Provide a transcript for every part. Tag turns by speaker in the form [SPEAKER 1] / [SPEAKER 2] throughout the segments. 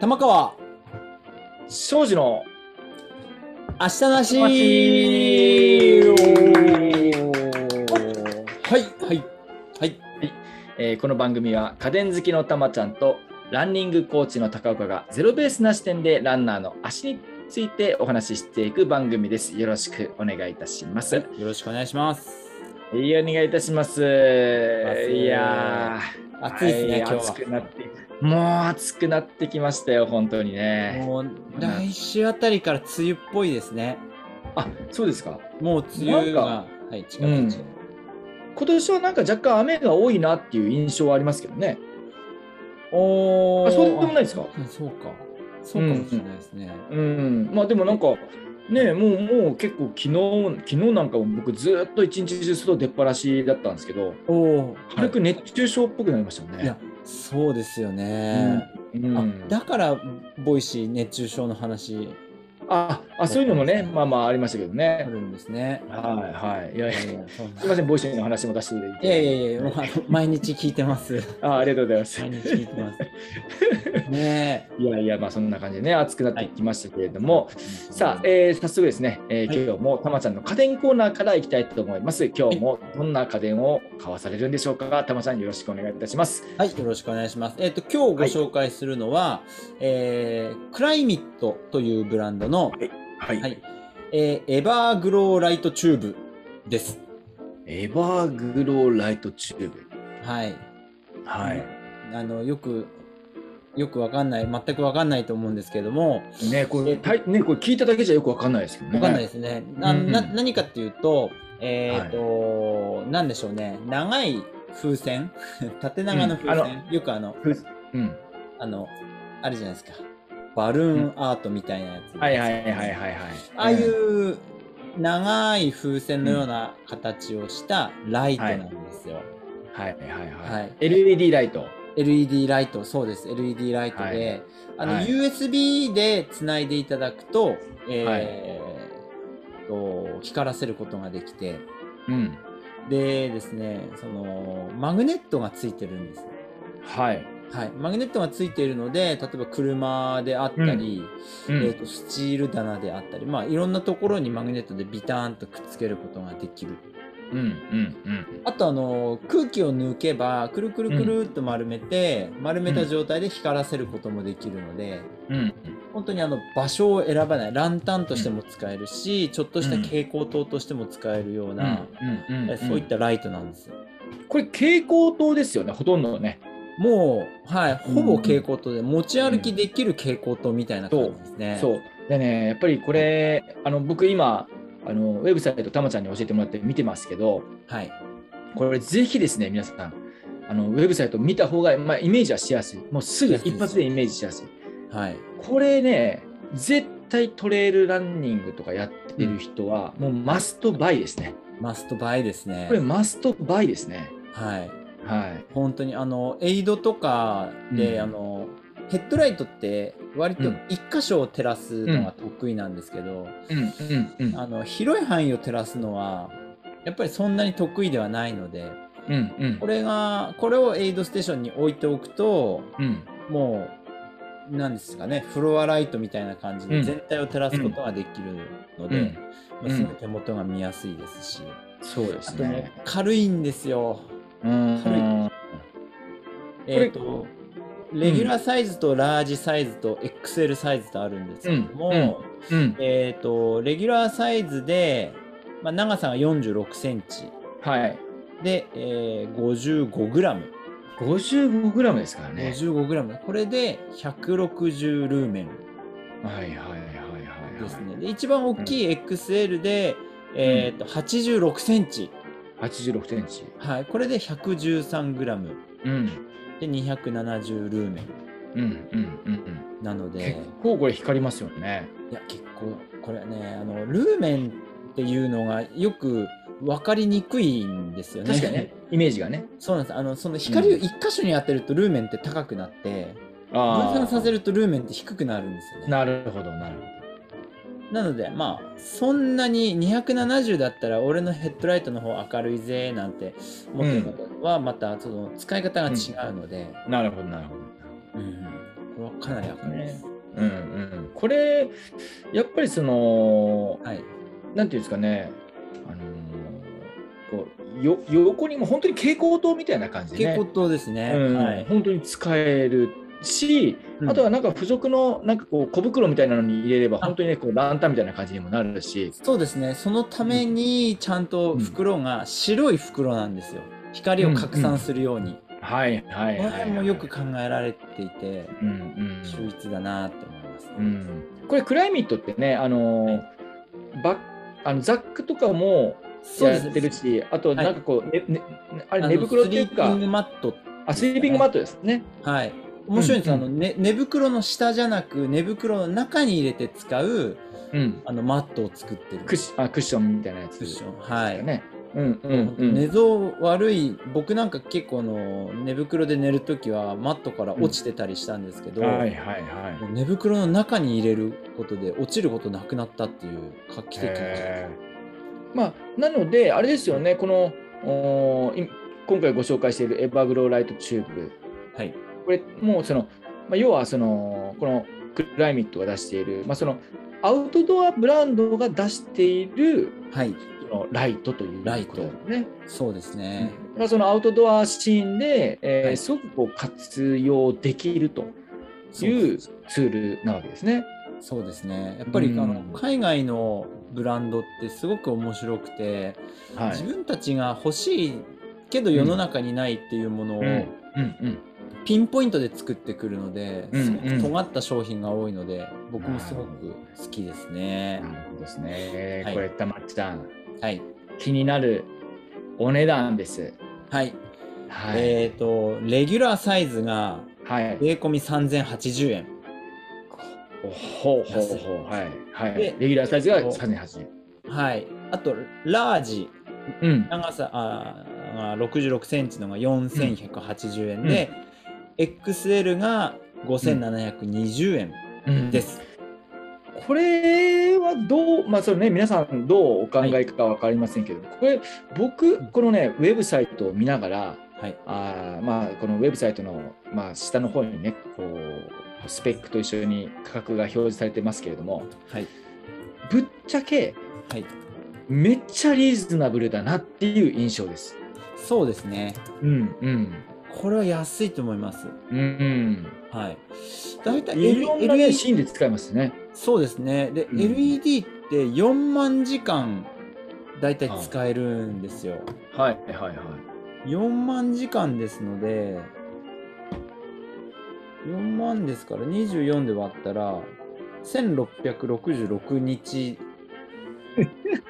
[SPEAKER 1] 玉川、
[SPEAKER 2] 庄司の
[SPEAKER 1] 明日なしはい、はい、はい。
[SPEAKER 2] えーこの番組は家電好きのたまちゃんとランニングコーチの高岡がゼロベースな視点でランナーの足についてお話ししていく番組です。よろしくお願いいたします。はい
[SPEAKER 1] よろしくお願いします。
[SPEAKER 2] い、お願いいたします。
[SPEAKER 1] す
[SPEAKER 2] いやー
[SPEAKER 1] 暑いですね今
[SPEAKER 2] は
[SPEAKER 1] 日は
[SPEAKER 2] 暑くなって、もう暑くなってきましたよ、本当にね。
[SPEAKER 1] もう来週あたりから梅雨っぽいですね。
[SPEAKER 2] あ、そうですか。
[SPEAKER 1] もう梅雨
[SPEAKER 2] な
[SPEAKER 1] が、はい、近づいて、
[SPEAKER 2] 今年はなんか若干雨が多いなっていう印象はありますけどね。
[SPEAKER 1] お
[SPEAKER 2] あ、
[SPEAKER 1] ー
[SPEAKER 2] そうでもないですか。
[SPEAKER 1] あそうか。そうかもしれないですね。
[SPEAKER 2] うん、まあでもなんかねもうもう結構昨日昨日なんかも僕ずっと一日中外出っ放しだったんですけど
[SPEAKER 1] おお。
[SPEAKER 2] 軽く熱中症っぽくなりましたもん
[SPEAKER 1] いや
[SPEAKER 2] ね。、
[SPEAKER 1] そうですよね。
[SPEAKER 2] うん
[SPEAKER 1] あだから、ボイシー熱中症の話
[SPEAKER 2] ああそういうのもねまあまあありましたけど
[SPEAKER 1] あ
[SPEAKER 2] ね。
[SPEAKER 1] るんですね。
[SPEAKER 2] はいはいいや
[SPEAKER 1] いや
[SPEAKER 2] いや
[SPEAKER 1] いやそ
[SPEAKER 2] す
[SPEAKER 1] うなんです
[SPEAKER 2] みませんボイシーの話も出していただい
[SPEAKER 1] い
[SPEAKER 2] て。
[SPEAKER 1] やいやいや、もうあの毎日聞いて ます。
[SPEAKER 2] あありがとうございます。
[SPEAKER 1] 毎日聞いてます。ね
[SPEAKER 2] いやいやまあそんな感じでね暑くなってきましたけれ
[SPEAKER 1] え。
[SPEAKER 2] ども。さあ、えー早速ですね、えー
[SPEAKER 1] はい
[SPEAKER 2] 今日もたまちゃんの家電コーナーからいきたいと思います。今日もどんな家電を買わされるんでしょうか。たまちゃんよろしくお願いいたします。
[SPEAKER 1] はい、よろしくお願いします。えっ、と、今日ご紹介するのは、えークライミットというブランドの、
[SPEAKER 2] はい
[SPEAKER 1] はい、えーエバーグローライトチューブです。
[SPEAKER 2] エバーグローライトチューブ。
[SPEAKER 1] はい。
[SPEAKER 2] は
[SPEAKER 1] あの、よく、よくわかんない、全くわかんないと思うんですけども、
[SPEAKER 2] い。ね、こ
[SPEAKER 1] え
[SPEAKER 2] れ、たいね、これ聞いただけじゃよくわかんないですけどね。
[SPEAKER 1] わかんないですね。な
[SPEAKER 2] うん
[SPEAKER 1] な何かっていうと、えっ、と、なんでしょうね、長い風船、 縦長の風
[SPEAKER 2] うん
[SPEAKER 1] 船、よくあの、
[SPEAKER 2] うん。
[SPEAKER 1] あの、あるじゃないですか。バルーンアートみたいなやつ。
[SPEAKER 2] はいはいはいはいはい。
[SPEAKER 1] ああい
[SPEAKER 2] うん。
[SPEAKER 1] う長い風船のような形をしたライトなんですよ。
[SPEAKER 2] はいはいは
[SPEAKER 1] はいい。
[SPEAKER 2] LED ライト。
[SPEAKER 1] LED ライト、そうです。LED ライトで、あの、
[SPEAKER 2] はい
[SPEAKER 1] USB でつないでいただくと、えーと、光らせることができて、
[SPEAKER 2] うん。
[SPEAKER 1] でですね、その、マグネットがついてるんです。
[SPEAKER 2] はい。
[SPEAKER 1] はい。マグネットがついているので、例えば車であったり、
[SPEAKER 2] う
[SPEAKER 1] えー、
[SPEAKER 2] ん。
[SPEAKER 1] とスチール棚であったり、まあ、いろんなところにマグネットでビターンとくっつけることができる
[SPEAKER 2] うんうん
[SPEAKER 1] あとあの空気を抜けばくるくるくるっと丸めて、丸めた状態で光らせることもできるので、
[SPEAKER 2] うん。うん。
[SPEAKER 1] 本当にあの場所を選ばないランタンとしても使えるし、ちょっとした蛍光灯としても使えるような、
[SPEAKER 2] うんうん
[SPEAKER 1] えそういったライトなんですよ。
[SPEAKER 2] これ蛍光灯ですよねほとんどね
[SPEAKER 1] もう、はい、ほぼ
[SPEAKER 2] うん
[SPEAKER 1] 蛍光灯で、持ち歩きできる蛍光灯みたいな感じですね。
[SPEAKER 2] そうでねやっぱりこれあの僕今あのウェブサイトたまちゃんに教えてもらって見てますけど
[SPEAKER 1] はい。
[SPEAKER 2] これぜひですね皆さんあのウェブサイト見た方が、まあ、イメージはしやすいもうすぐ
[SPEAKER 1] そうです
[SPEAKER 2] 一発でイメージしやすい
[SPEAKER 1] はい。
[SPEAKER 2] これね絶対トレイルランニングとかやってる人は、もうマストバイですね
[SPEAKER 1] マストバイですね
[SPEAKER 2] こ。れマストバイですね
[SPEAKER 1] はい。
[SPEAKER 2] はい
[SPEAKER 1] 本当にあのエイドとかで、
[SPEAKER 2] うん
[SPEAKER 1] あのヘッドライトって割と
[SPEAKER 2] うん
[SPEAKER 1] 一箇所を照らすのが得意なんですけど、
[SPEAKER 2] うんうんうん
[SPEAKER 1] あの広い範囲を照らすのはやっぱりそんなに得意ではないので
[SPEAKER 2] うんうん
[SPEAKER 1] これがこれをエイドステーションに置いておくと
[SPEAKER 2] うん
[SPEAKER 1] もうなんですかねフロアライトみたいな感じ
[SPEAKER 2] う
[SPEAKER 1] で
[SPEAKER 2] ん
[SPEAKER 1] 全体を照らすことができるの
[SPEAKER 2] う
[SPEAKER 1] で、
[SPEAKER 2] ん
[SPEAKER 1] まあすごい手元が見やすいですし、
[SPEAKER 2] そうで
[SPEAKER 1] あ
[SPEAKER 2] す
[SPEAKER 1] とね
[SPEAKER 2] ね
[SPEAKER 1] 軽いんですよ。
[SPEAKER 2] うん
[SPEAKER 1] 軽い
[SPEAKER 2] これ
[SPEAKER 1] えっ、と、レギュラーサイズとラージサイズと XL サイズとあるんですけども、
[SPEAKER 2] うんうん
[SPEAKER 1] えっ、と、レギュラーサイズで、まあ、長さが46センチ
[SPEAKER 2] はい
[SPEAKER 1] で、えー、55グラム。
[SPEAKER 2] 55g ですからね
[SPEAKER 1] 55グラム。これで160ルーメン
[SPEAKER 2] はいはいはいはい
[SPEAKER 1] です
[SPEAKER 2] は
[SPEAKER 1] ね。で、一番大きい XL で、えっ、と、86センチ。
[SPEAKER 2] い86センチ
[SPEAKER 1] はい。これで113グラム。
[SPEAKER 2] うん
[SPEAKER 1] で、270ルーメン。
[SPEAKER 2] うんうんうんうん
[SPEAKER 1] なので
[SPEAKER 2] 結。構これ光りますよね。
[SPEAKER 1] いや結構これはねあのルーメンっていうのがよく分かりにくいんですよね。
[SPEAKER 2] 確かにね、イメージがね。
[SPEAKER 1] そうなんですあのその光を一箇所に当てるとルーメンって高くなって、分散させ
[SPEAKER 2] る。
[SPEAKER 1] るとルーメンって低くなるんですよね。な
[SPEAKER 2] なるほど、なる
[SPEAKER 1] のでまあそんなに270だったら俺のヘッドライトの方明るいぜなんて思ってる方はまたその使い方が違うので、
[SPEAKER 2] ほど。なるほど、なるほど。
[SPEAKER 1] うんこれはかなり明るいです。
[SPEAKER 2] うんうん、これやっぱりその
[SPEAKER 1] はい。
[SPEAKER 2] なんていうんですかね、あのーこうよ横にも本当に蛍光灯みたいな感じで、ね、
[SPEAKER 1] 蛍光灯ですね。
[SPEAKER 2] うん
[SPEAKER 1] はい。
[SPEAKER 2] 本当に使えるし、
[SPEAKER 1] うん
[SPEAKER 2] あとはなんか付属のなんかこう小袋みたいなのに入れれば本当にねこうランタンみたいな感じにもなるし
[SPEAKER 1] そうですね。そのためにちゃんと袋が白い袋なんですよ。光を拡散するように。
[SPEAKER 2] はいはい
[SPEAKER 1] こ
[SPEAKER 2] はい、
[SPEAKER 1] の
[SPEAKER 2] は
[SPEAKER 1] 辺
[SPEAKER 2] い、
[SPEAKER 1] もよく考えられていて、
[SPEAKER 2] うん
[SPEAKER 1] 秀逸だなって思います
[SPEAKER 2] うんう。ん、これクライミットってねあのー、バッあのザックとかも
[SPEAKER 1] そう
[SPEAKER 2] や
[SPEAKER 1] で
[SPEAKER 2] っ
[SPEAKER 1] す
[SPEAKER 2] てるし、あとなんかこう、ねねねあ
[SPEAKER 1] あ
[SPEAKER 2] れ
[SPEAKER 1] の
[SPEAKER 2] 寝袋っていう
[SPEAKER 1] スリー
[SPEAKER 2] か
[SPEAKER 1] ピングマット。
[SPEAKER 2] あスリーピングマットですね。
[SPEAKER 1] はい。面白いんですよ、
[SPEAKER 2] うんうん
[SPEAKER 1] あの、ね、寝袋の下じゃなく寝袋の中に入れて使う
[SPEAKER 2] うん、
[SPEAKER 1] あのマットを作ってる
[SPEAKER 2] クッシあクッションみたいなやつ
[SPEAKER 1] クッション
[SPEAKER 2] で
[SPEAKER 1] は
[SPEAKER 2] すか
[SPEAKER 1] い、
[SPEAKER 2] ね。うんうんうん。
[SPEAKER 1] 寝相悪い僕なんか結構あの寝袋で寝る時はマットから落ちてたりしたんですけど、
[SPEAKER 2] はいはいはい。
[SPEAKER 1] もう寝袋の中に入れることで落ちることなくなったっていう画期的な
[SPEAKER 2] へーまあ、なので、あれですよね、このおーい今回ご紹介しているエバーグローライトチューブ、
[SPEAKER 1] はい
[SPEAKER 2] これ、もうその、まあ、要はその、このクライミットが出している、まあ、そのアウトドアブランドが出している
[SPEAKER 1] はい
[SPEAKER 2] このライトという
[SPEAKER 1] ライ
[SPEAKER 2] こ
[SPEAKER 1] ト
[SPEAKER 2] とですね。
[SPEAKER 1] そうですね、
[SPEAKER 2] だからそのアウトドアシーンで、えー
[SPEAKER 1] はい
[SPEAKER 2] すごくこう活用できると
[SPEAKER 1] そ
[SPEAKER 2] いううツールなわけですね。
[SPEAKER 1] そうですねやっぱり、
[SPEAKER 2] うん
[SPEAKER 1] あの海外のブランドってすごく面白くて、
[SPEAKER 2] は
[SPEAKER 1] 自
[SPEAKER 2] い。
[SPEAKER 1] 分たちが欲しいけど世の中にないっていうものを、
[SPEAKER 2] うんうん
[SPEAKER 1] ピンポイントで作ってくるので、
[SPEAKER 2] うん
[SPEAKER 1] すご
[SPEAKER 2] うん
[SPEAKER 1] く尖った商品が多いので、僕もすごく好きです
[SPEAKER 2] う
[SPEAKER 1] ね
[SPEAKER 2] ん。。なるほどですね。
[SPEAKER 1] はい
[SPEAKER 2] これ、たまっちゃん。
[SPEAKER 1] はい。
[SPEAKER 2] 気になるお値段です。
[SPEAKER 1] はい。
[SPEAKER 2] はい。
[SPEAKER 1] えっ、と、レギュラーサイズが
[SPEAKER 2] はい。
[SPEAKER 1] 税込み3080円。
[SPEAKER 2] ほうほうほう。はい。はい。レギュラーサイズが38円。
[SPEAKER 1] はい。あと、ラージ、
[SPEAKER 2] うん。
[SPEAKER 1] 長さあーが66センチのが4180円で、XL が5720円
[SPEAKER 2] うん
[SPEAKER 1] です。
[SPEAKER 2] これはどう、まあ、それね、皆さんどうお考えかわかりませんけど、これ、僕、このね、ウェブサイトを見ながら、
[SPEAKER 1] はい。
[SPEAKER 2] あーまあ、このウェブサイトの、まあ、下の方にね、こう、スペックと一緒に価格が表示されてますけれども、
[SPEAKER 1] はい。
[SPEAKER 2] ぶっちゃけ、
[SPEAKER 1] はい。
[SPEAKER 2] めっちゃリーズナブルだなっていう印象です。
[SPEAKER 1] そうですね。
[SPEAKER 2] うんうん。
[SPEAKER 1] これは安いと思います。
[SPEAKER 2] うん、
[SPEAKER 1] はい。だいたい
[SPEAKER 2] いろんな、ね、
[SPEAKER 1] LED
[SPEAKER 2] シーンで使えますね。
[SPEAKER 1] そうですね。で、
[SPEAKER 2] うん
[SPEAKER 1] LED って4万時間だいたい使えるんですよ。
[SPEAKER 2] はいはいはい。
[SPEAKER 1] 4万時間ですので、4万ですから24で割ったら、1666日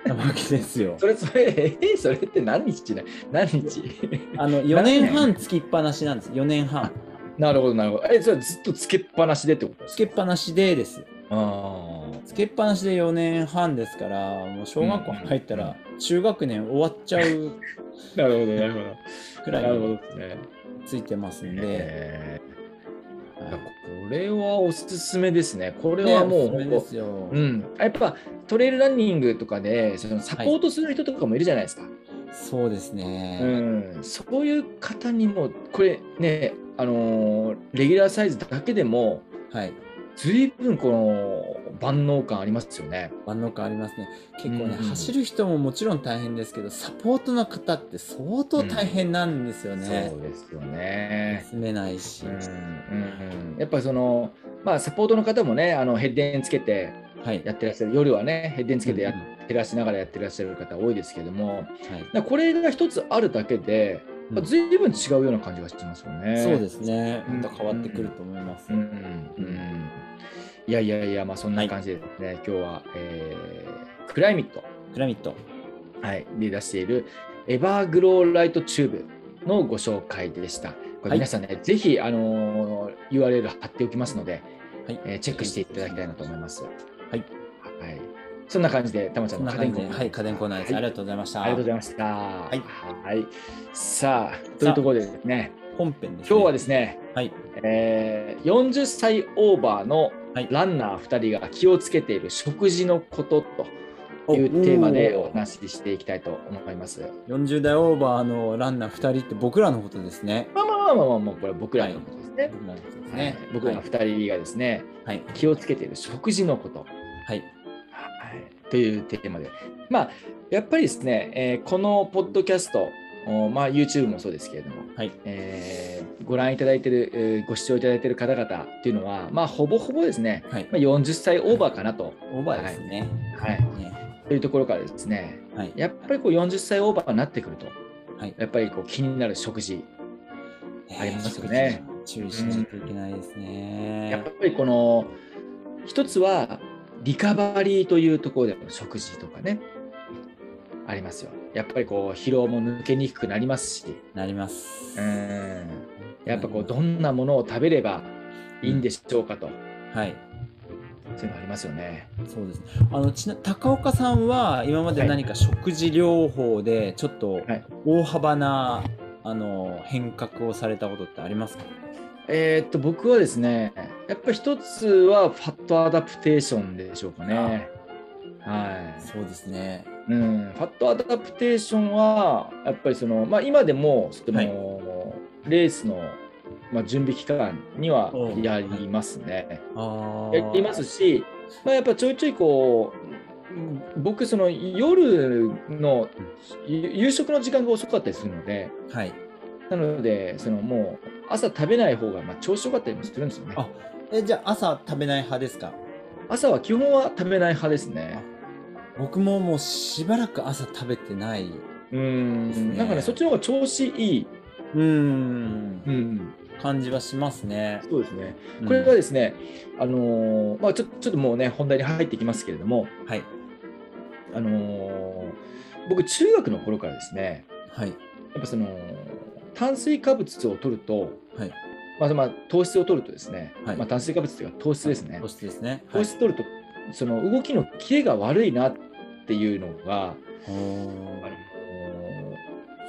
[SPEAKER 1] なわけですよ
[SPEAKER 2] そ。れそれ、えーそれって何日ね何日
[SPEAKER 1] あの、4年半つきっぱなしなんです。4年半。
[SPEAKER 2] なるほどなるほど。え、それずっとつけっぱなしでってことです
[SPEAKER 1] つけっぱなしでです。
[SPEAKER 2] あー
[SPEAKER 1] つけっぱなしで4年半ですから、もう小学校入ったら中学年終わっちゃう
[SPEAKER 2] なるほどなるほど。
[SPEAKER 1] くら
[SPEAKER 2] ないるほ
[SPEAKER 1] に
[SPEAKER 2] どですね。
[SPEAKER 1] ついてますんで。
[SPEAKER 2] えー、い
[SPEAKER 1] は
[SPEAKER 2] や
[SPEAKER 1] い
[SPEAKER 2] これはおすすめですね。これはもう、
[SPEAKER 1] ねおすすめですよ、
[SPEAKER 2] うん、やっぱトレイルランニングとかでそのサポートする人とかもいるじゃないですか。
[SPEAKER 1] そうですね、
[SPEAKER 2] うん、そういう方にもこれね、あのーレギュラーサイズだけでも
[SPEAKER 1] はい
[SPEAKER 2] 随分この万能感ありますよね。
[SPEAKER 1] 万能感ありますね結構ね、
[SPEAKER 2] うんうん
[SPEAKER 1] 走る人ももちろん大変ですけどサポートの方って相当大変なんですよね、
[SPEAKER 2] そうですよね。
[SPEAKER 1] 休めないし、
[SPEAKER 2] うんうん、やっぱその、まあ、サポートの方もねあのヘッデンつけて
[SPEAKER 1] はい
[SPEAKER 2] やってらっしゃる夜はねヘッデンつけてや
[SPEAKER 1] うんうん
[SPEAKER 2] 照らしながらやってらっしゃる方多いですけども
[SPEAKER 1] はい
[SPEAKER 2] だからこれが一つあるだけで、
[SPEAKER 1] うん
[SPEAKER 2] 随分違うような感じがしますよね。
[SPEAKER 1] そうですね
[SPEAKER 2] うん
[SPEAKER 1] また変わってくると思います、
[SPEAKER 2] うんうんいやいやいや、まあ、そんな感じでですね、今日は、えークライミット、
[SPEAKER 1] ピラミッド
[SPEAKER 2] はい、で出しているエバーグローライトチューブのご紹介でした。こ
[SPEAKER 1] はい
[SPEAKER 2] れ皆さんね、ぜひ、あのー URL 貼っておきますので、
[SPEAKER 1] はい、
[SPEAKER 2] えーチェックしていただきたいなと思います。はいはい、そんな感じで、たまちゃ
[SPEAKER 1] そ
[SPEAKER 2] ん
[SPEAKER 1] ん
[SPEAKER 2] の
[SPEAKER 1] な
[SPEAKER 2] 家
[SPEAKER 1] 感
[SPEAKER 2] 電
[SPEAKER 1] じで
[SPEAKER 2] コーナー、
[SPEAKER 1] はい家電コーナーです、ありがとうございました
[SPEAKER 2] ありがとうございました。はいいさあ、というところでですね、
[SPEAKER 1] 本編です、
[SPEAKER 2] 今日はですすね、
[SPEAKER 1] はい
[SPEAKER 2] えー40歳オーバーの
[SPEAKER 1] はい
[SPEAKER 2] ランナー2人が気をつけている食事のことというテーマでお話ししていきたいと思います。
[SPEAKER 1] 40代オーバーのランナー2人って僕らのことですね
[SPEAKER 2] まあまあまあまあ、もうこれ僕らのことですね。
[SPEAKER 1] まあそうです
[SPEAKER 2] ね
[SPEAKER 1] ね。
[SPEAKER 2] 僕ら2人がですね、
[SPEAKER 1] はい。
[SPEAKER 2] 気をつけている食事のこと、
[SPEAKER 1] はい。
[SPEAKER 2] はい、というテーマで、まあ、やっぱりですね、えーこのポッドキャスト、おまあ、YouTube もそうですけれども、
[SPEAKER 1] はい
[SPEAKER 2] えーご覧いただいている、えーご視聴いただいている方々っていうのは、まあ、ほぼほぼですね、
[SPEAKER 1] はい。
[SPEAKER 2] まあ、40歳オーバーかなと,、
[SPEAKER 1] オーバーですね。
[SPEAKER 2] はい
[SPEAKER 1] ね
[SPEAKER 2] というところからですね、
[SPEAKER 1] はい。
[SPEAKER 2] やっぱりこう40歳オーバーになってくると、
[SPEAKER 1] はい
[SPEAKER 2] やっぱりこう気になる食事、ありますよね
[SPEAKER 1] えー。注意しないといけないですね。
[SPEAKER 2] やっぱりこの一つはリカバリーというところでの食事とかねありますよやっぱりこう疲労も抜けにくくなりますし
[SPEAKER 1] なります。
[SPEAKER 2] うんやっぱこう
[SPEAKER 1] なり
[SPEAKER 2] どんなものを食べればいいんでしょうかと、
[SPEAKER 1] ますはい。
[SPEAKER 2] そういうのありますよね
[SPEAKER 1] そうですね。あのちな高岡さんは今まで
[SPEAKER 2] はい
[SPEAKER 1] 何か食事療法でちょっと
[SPEAKER 2] はい
[SPEAKER 1] 大幅な、あの変革をされたことってありますか？
[SPEAKER 2] えーっと僕はですねやっぱ一つはファットアダプテーションでしょうかねはい
[SPEAKER 1] そうですね。
[SPEAKER 2] うん、ファットアダプテーションはやっぱりその、まあ、今でもその、
[SPEAKER 1] はい
[SPEAKER 2] レースの、まあ、準備期間には
[SPEAKER 1] うん
[SPEAKER 2] やりますね。
[SPEAKER 1] ああ。
[SPEAKER 2] やりますし、まあ、やっぱちょいちょいこううん僕その夜のゆ夕食の時間が遅かったりするので
[SPEAKER 1] はい。
[SPEAKER 2] なのでそのもう朝食べない方がまあ調子よかったりもするんですよね
[SPEAKER 1] あ。えじゃあ朝食べない派ですか？
[SPEAKER 2] 朝は基本は食べない派ですね。
[SPEAKER 1] 僕ももうしばらく朝食べてない。う
[SPEAKER 2] う
[SPEAKER 1] です
[SPEAKER 2] ん
[SPEAKER 1] ね
[SPEAKER 2] なんかねそっちの方が調子いい、
[SPEAKER 1] ーん。
[SPEAKER 2] うん、
[SPEAKER 1] 感じはしますね。
[SPEAKER 2] そうですね。これは
[SPEAKER 1] うん
[SPEAKER 2] ですね、あのーまあ、ちょちょっともうね本題に入ってきますけれども、
[SPEAKER 1] はい
[SPEAKER 2] あのー僕中学の頃からですね
[SPEAKER 1] はい
[SPEAKER 2] やっぱその炭水化物を取ると、
[SPEAKER 1] はい
[SPEAKER 2] まあまあ、糖質を取るとですね、
[SPEAKER 1] はい
[SPEAKER 2] まあ、炭水化物というか糖質ですね、
[SPEAKER 1] 糖質ですね。
[SPEAKER 2] 糖質取るとその動きのキレが悪いなっていうのが、
[SPEAKER 1] はいお
[SPEAKER 2] あの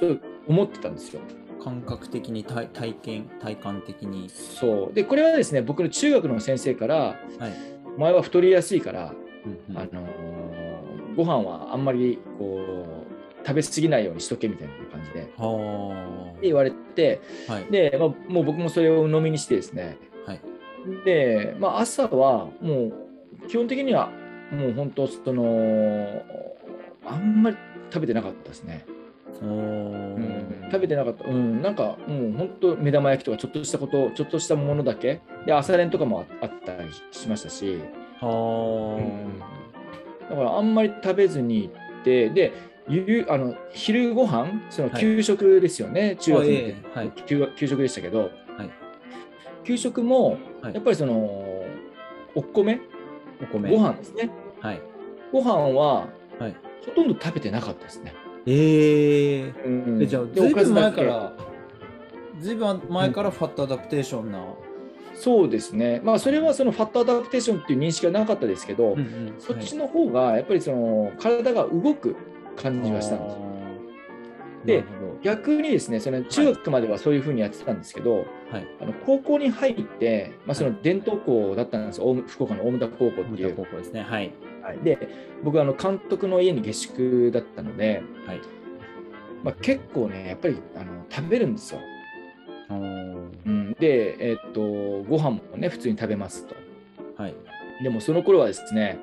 [SPEAKER 1] ー
[SPEAKER 2] ーそう思ってたんですよ。
[SPEAKER 1] 感覚的に体体験体感的に。
[SPEAKER 2] そうでこれはですね僕の中学の先生から
[SPEAKER 1] はい。
[SPEAKER 2] お前は太りやすいから
[SPEAKER 1] うんうん
[SPEAKER 2] あのーご飯はあんまりこう食べ過ぎないようにしとけみたいな感じでって
[SPEAKER 1] は
[SPEAKER 2] 言われて
[SPEAKER 1] あ。はい。
[SPEAKER 2] で、まあ、もう僕もそれを鵜呑みにしてですね
[SPEAKER 1] はい。
[SPEAKER 2] で、まあ、朝はもう基本的にはもう本当そのあんまり食べてなかったですね、
[SPEAKER 1] おー
[SPEAKER 2] うん食べてなかったうんなんかもう本当目玉焼きとかちょっとしたことちょっとしたものだけで朝練とかもああったりしましたし
[SPEAKER 1] は
[SPEAKER 2] だからあんまり食べずに行ってでゆあの昼ご飯その
[SPEAKER 1] はい
[SPEAKER 2] 給食ですよね、中学の時
[SPEAKER 1] ええはい
[SPEAKER 2] 給給食でしたけど、
[SPEAKER 1] はい
[SPEAKER 2] 給食も
[SPEAKER 1] はい
[SPEAKER 2] やっぱりそのお米
[SPEAKER 1] あ。お米。
[SPEAKER 2] ご。飯ですね
[SPEAKER 1] はい。
[SPEAKER 2] ご飯は、
[SPEAKER 1] はい
[SPEAKER 2] ほとんど食べてなかったですね、
[SPEAKER 1] ええ
[SPEAKER 2] うん
[SPEAKER 1] えじゃあ
[SPEAKER 2] で
[SPEAKER 1] ずい
[SPEAKER 2] お
[SPEAKER 1] ぶ
[SPEAKER 2] か
[SPEAKER 1] ん
[SPEAKER 2] ずだ
[SPEAKER 1] 前
[SPEAKER 2] け
[SPEAKER 1] からずいぶん前からファットアダプテーションな。
[SPEAKER 2] そうですねまあそれはそのファットアダプテーションっていう認識はなかったですけど、
[SPEAKER 1] んうん
[SPEAKER 2] そっちの方がやっぱりその体が動く感じはしたんですよ
[SPEAKER 1] す
[SPEAKER 2] で逆にですねその中学まではそういうふうにやってたんですけど、
[SPEAKER 1] はい
[SPEAKER 2] あの高校に入って、まあ、その伝統校だったんですよ、大福岡の大牟田高校ってい
[SPEAKER 1] 武田
[SPEAKER 2] う。
[SPEAKER 1] 高校ですね。はい。
[SPEAKER 2] はいで僕はあの監督の家に下宿だったので、
[SPEAKER 1] はい
[SPEAKER 2] まあ、結構ねやっぱりあの食べるんですよ。
[SPEAKER 1] おー
[SPEAKER 2] うん、で、えっとご飯もね普通に食べますと。
[SPEAKER 1] はい。
[SPEAKER 2] でもその頃はですね